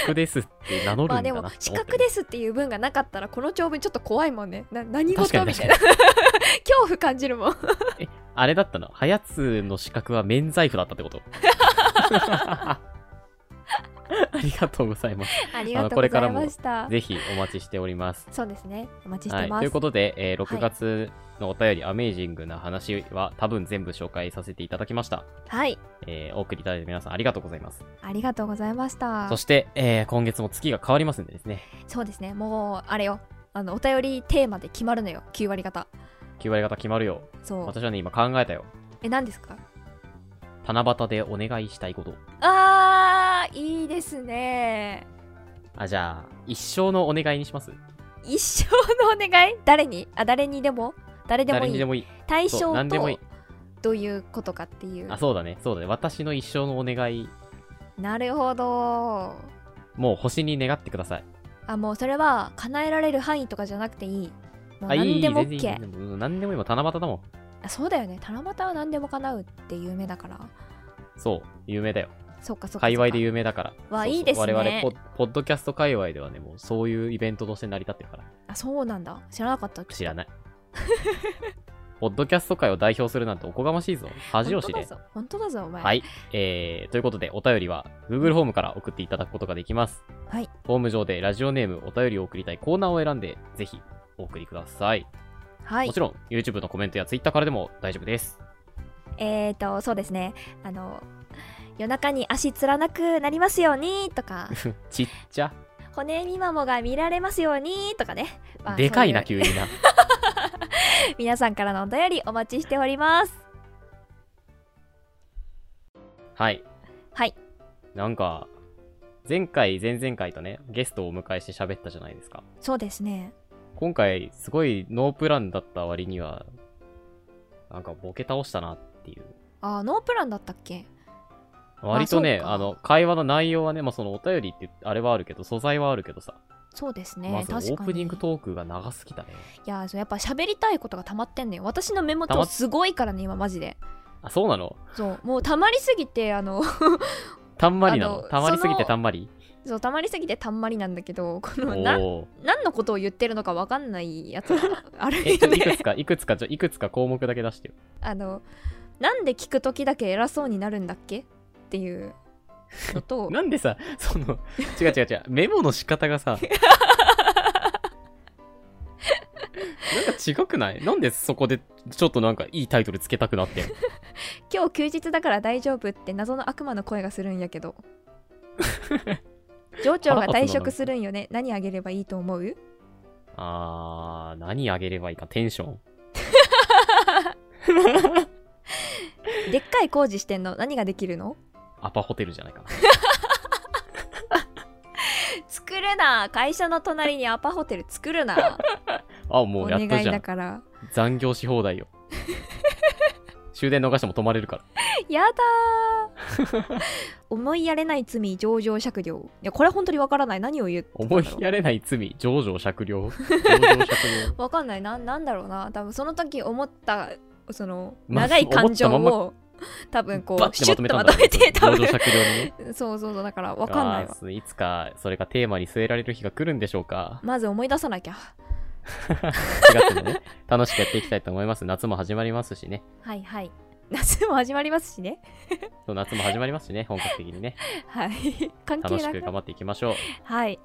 Speaker 1: 格ですって名乗る
Speaker 2: ま
Speaker 1: んだなって
Speaker 2: あで
Speaker 1: 思
Speaker 2: も
Speaker 1: ったよ
Speaker 2: 資格ですっていう文がなかったらこの長文ちょっと怖いもんねな何
Speaker 1: 確か
Speaker 2: 事
Speaker 1: に
Speaker 2: み
Speaker 1: 確
Speaker 2: た
Speaker 1: か
Speaker 2: い
Speaker 1: に
Speaker 2: な恐怖感じる
Speaker 1: *laughs*
Speaker 2: もん
Speaker 1: あれだったの。はやつの資格は免罪符だったってこと
Speaker 2: *laughs*
Speaker 1: ありがとうございます。
Speaker 2: ありがとう
Speaker 1: こ
Speaker 2: ご
Speaker 1: れから
Speaker 2: ざい
Speaker 1: も
Speaker 2: ました
Speaker 1: ぜひお待ちしております。
Speaker 2: そうですねお待ちし
Speaker 1: は
Speaker 2: て
Speaker 1: い、
Speaker 2: ま
Speaker 1: と
Speaker 2: す、
Speaker 1: いうことで、えー
Speaker 2: はい
Speaker 1: 6月のお便り、アメージングな話は多分全部紹介させていただきました。
Speaker 2: はい
Speaker 1: えーお送りいただいた皆さんありがとうございます。
Speaker 2: ありがとうございました
Speaker 1: そして、えー今月も月が変わりますんでですね、
Speaker 2: そうですねもうあれよあのお便りテーマで決まるのよ9割方
Speaker 1: 9割方決まるよ。
Speaker 2: そう
Speaker 1: 私はね、今考えたよ。
Speaker 2: え何ですか
Speaker 1: 七夕でお願いしたいこと。
Speaker 2: あーいいですね
Speaker 1: あ、じゃあ、一生のお願いにします。
Speaker 2: 一生のお願い誰にあ誰にでも誰でも
Speaker 1: 誰
Speaker 2: い
Speaker 1: に
Speaker 2: い
Speaker 1: でもいい。
Speaker 2: 対
Speaker 1: そう
Speaker 2: 象
Speaker 1: 何でもいい
Speaker 2: とどういうことかっていう
Speaker 1: あ、そうだね。そうだね。私の一生のお願い
Speaker 2: なるほど
Speaker 1: もう星に願ってください。
Speaker 2: あもうそれは叶えられる範囲とかじゃなくていいもう
Speaker 1: あ、いい、い
Speaker 2: 何
Speaker 1: い
Speaker 2: で
Speaker 1: 全
Speaker 2: も
Speaker 1: 然いい。
Speaker 2: OK
Speaker 1: 全然うん何でも今、七夕だもん。
Speaker 2: あそうだよね七夕は何でも叶うって有名だから
Speaker 1: そう、有名だよ。
Speaker 2: そうかそうかそうか
Speaker 1: 界隈で有名だから。そうそ
Speaker 2: わ
Speaker 1: う
Speaker 2: いいですね
Speaker 1: 我々ポッ、ポッドキャスト界隈ではね、もうそういうイベントとして成り立ってるから。
Speaker 2: あそうなんだ知らなかった
Speaker 1: 知ら
Speaker 2: ない *laughs*
Speaker 1: ない。ポッドキャスト界を代表するなんておこがましいぞ。恥を知れ。
Speaker 2: 本当だぞお前
Speaker 1: はい。えー、ということで、お便りは Google ホームから送っていただくことができます。
Speaker 2: はい。
Speaker 1: ホーム上でラジオネーム、お便りを送りたいコーナーを選んで、ぜひお送りください。
Speaker 2: はい
Speaker 1: もちろん、YouTube のコメントや Twitter からでも大丈夫
Speaker 2: *laughs*
Speaker 1: です。
Speaker 2: えーとそうですねあの夜中に足つらなくなりますようにと
Speaker 1: *laughs*
Speaker 2: か
Speaker 1: ちっちゃ。
Speaker 2: 骨みまもが見られますようにとかね、まあ
Speaker 1: でかいな、
Speaker 2: そう
Speaker 1: 急にな。
Speaker 2: う皆さんからのお便りお待ちしております
Speaker 1: はい。
Speaker 2: はい
Speaker 1: なんか、前回、前々回とね、ゲストをお迎えして喋ったじゃないですか。
Speaker 2: そうですね
Speaker 1: 今回、すごいノープランだった割には、なんかボケ倒したなっていう。
Speaker 2: あノープランだったっけ
Speaker 1: 割とね、
Speaker 2: そう
Speaker 1: あ
Speaker 2: か
Speaker 1: の、会話の内容はね、まあ、そのお便りって、あれはあるけど、素材はあるけどさ、
Speaker 2: そうですね、
Speaker 1: まずオ
Speaker 2: 確かに
Speaker 1: ープニングトークが長すぎたね。
Speaker 2: いやそうやっぱ喋りたいことが溜まってんのよ私のメモ
Speaker 1: 溜ま
Speaker 2: 帳
Speaker 1: っ
Speaker 2: すごいからね今マジで
Speaker 1: あ、そうなの
Speaker 2: そうもう溜まりすぎてあの *laughs*
Speaker 1: たんまりな
Speaker 2: あ
Speaker 1: の
Speaker 2: の
Speaker 1: たまりすぎ
Speaker 2: そ
Speaker 1: て
Speaker 2: の
Speaker 1: たんまり
Speaker 2: そう溜まりすぎてたんまりなんだけどこ
Speaker 1: お
Speaker 2: のな
Speaker 1: ー
Speaker 2: 何のことを言ってるのか分かんないやつ
Speaker 1: *laughs*
Speaker 2: がある
Speaker 1: え、ち
Speaker 2: よ
Speaker 1: ょいく
Speaker 2: ね
Speaker 1: つか、いくつか、ちょいくつか項目だけ出してよ。
Speaker 2: あのなんで聞く時だけ偉そうになるんだっけっていうのと
Speaker 1: *laughs* なんでさ、その、違う違う違う、メモの仕方が
Speaker 2: *laughs*
Speaker 1: さ、なんか違くないなんでそこで、ちょっとなんかいいタイトルつけたくなってんの
Speaker 2: 今日休日だから大丈夫って謎の悪魔の声がするんや
Speaker 1: *laughs*
Speaker 2: けど情緒が退職するんよね何あげればいいと思う
Speaker 1: あー、何あげればいいか、テンション。
Speaker 2: でっかい工事してんの何ができるの
Speaker 1: アパホテルじゃないかな。
Speaker 2: 作るな会社の隣にアパホテル作るな
Speaker 1: あ、*laughs*
Speaker 2: お
Speaker 1: もうやっ
Speaker 2: 願い
Speaker 1: とじゃ
Speaker 2: だ
Speaker 1: ん。
Speaker 2: から
Speaker 1: 残業し放題
Speaker 2: *laughs*
Speaker 1: よ。終電逃しても泊まれるから。
Speaker 2: やだー思いやれない罪上場酌量いやこれ本当にわからない何を言ってたんだ
Speaker 1: 思
Speaker 2: ろう
Speaker 1: いやれない罪、上場酌量。上
Speaker 2: *laughs*
Speaker 1: 場酌量。
Speaker 2: わかんないななんだろうな多分その時思ったその
Speaker 1: まあ
Speaker 2: 長い感情を、
Speaker 1: 思ったま
Speaker 2: 多分こ
Speaker 1: バッ
Speaker 2: う
Speaker 1: て
Speaker 2: シュ
Speaker 1: まと
Speaker 2: ッ
Speaker 1: め
Speaker 2: と
Speaker 1: た
Speaker 2: ま
Speaker 1: んだ
Speaker 2: とめて多
Speaker 1: 上場
Speaker 2: 分
Speaker 1: 酌量にね。
Speaker 2: そうそうそうだからわかんないわ
Speaker 1: あーいつかそれがテーマに据えられる日が来るんでしょうか
Speaker 2: まず思い出さなきゃ
Speaker 1: 4月もね楽しくやっていきたいと思います夏も始まりますしね
Speaker 2: はいはい夏も始まりますしね
Speaker 1: そう夏も始まりますしね本格的にね
Speaker 2: はい関係
Speaker 1: 楽し
Speaker 2: な
Speaker 1: く
Speaker 2: く
Speaker 1: 頑張っていきましょう
Speaker 2: はい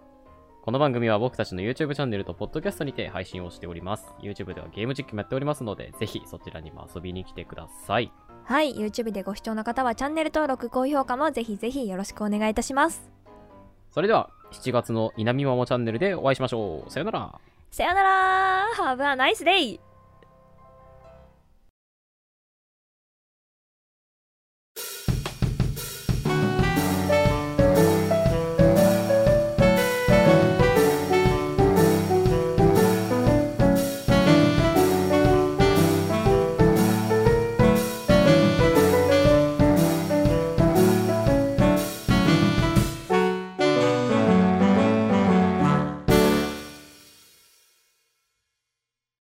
Speaker 1: この番組は僕たちの YouTube チャンネルと Podcast にて配信をしております YouTube ではゲーム実況もやっておりますのでぜひそちらにも遊びに来てください
Speaker 2: はい YouTube でご視聴の方はチャンネル登録高評価もぜひぜひよろしくお願いいたします
Speaker 1: それでは7月の稲見ママチャンネルでお会いしましょうさよなら
Speaker 2: さよなら Have a nice day!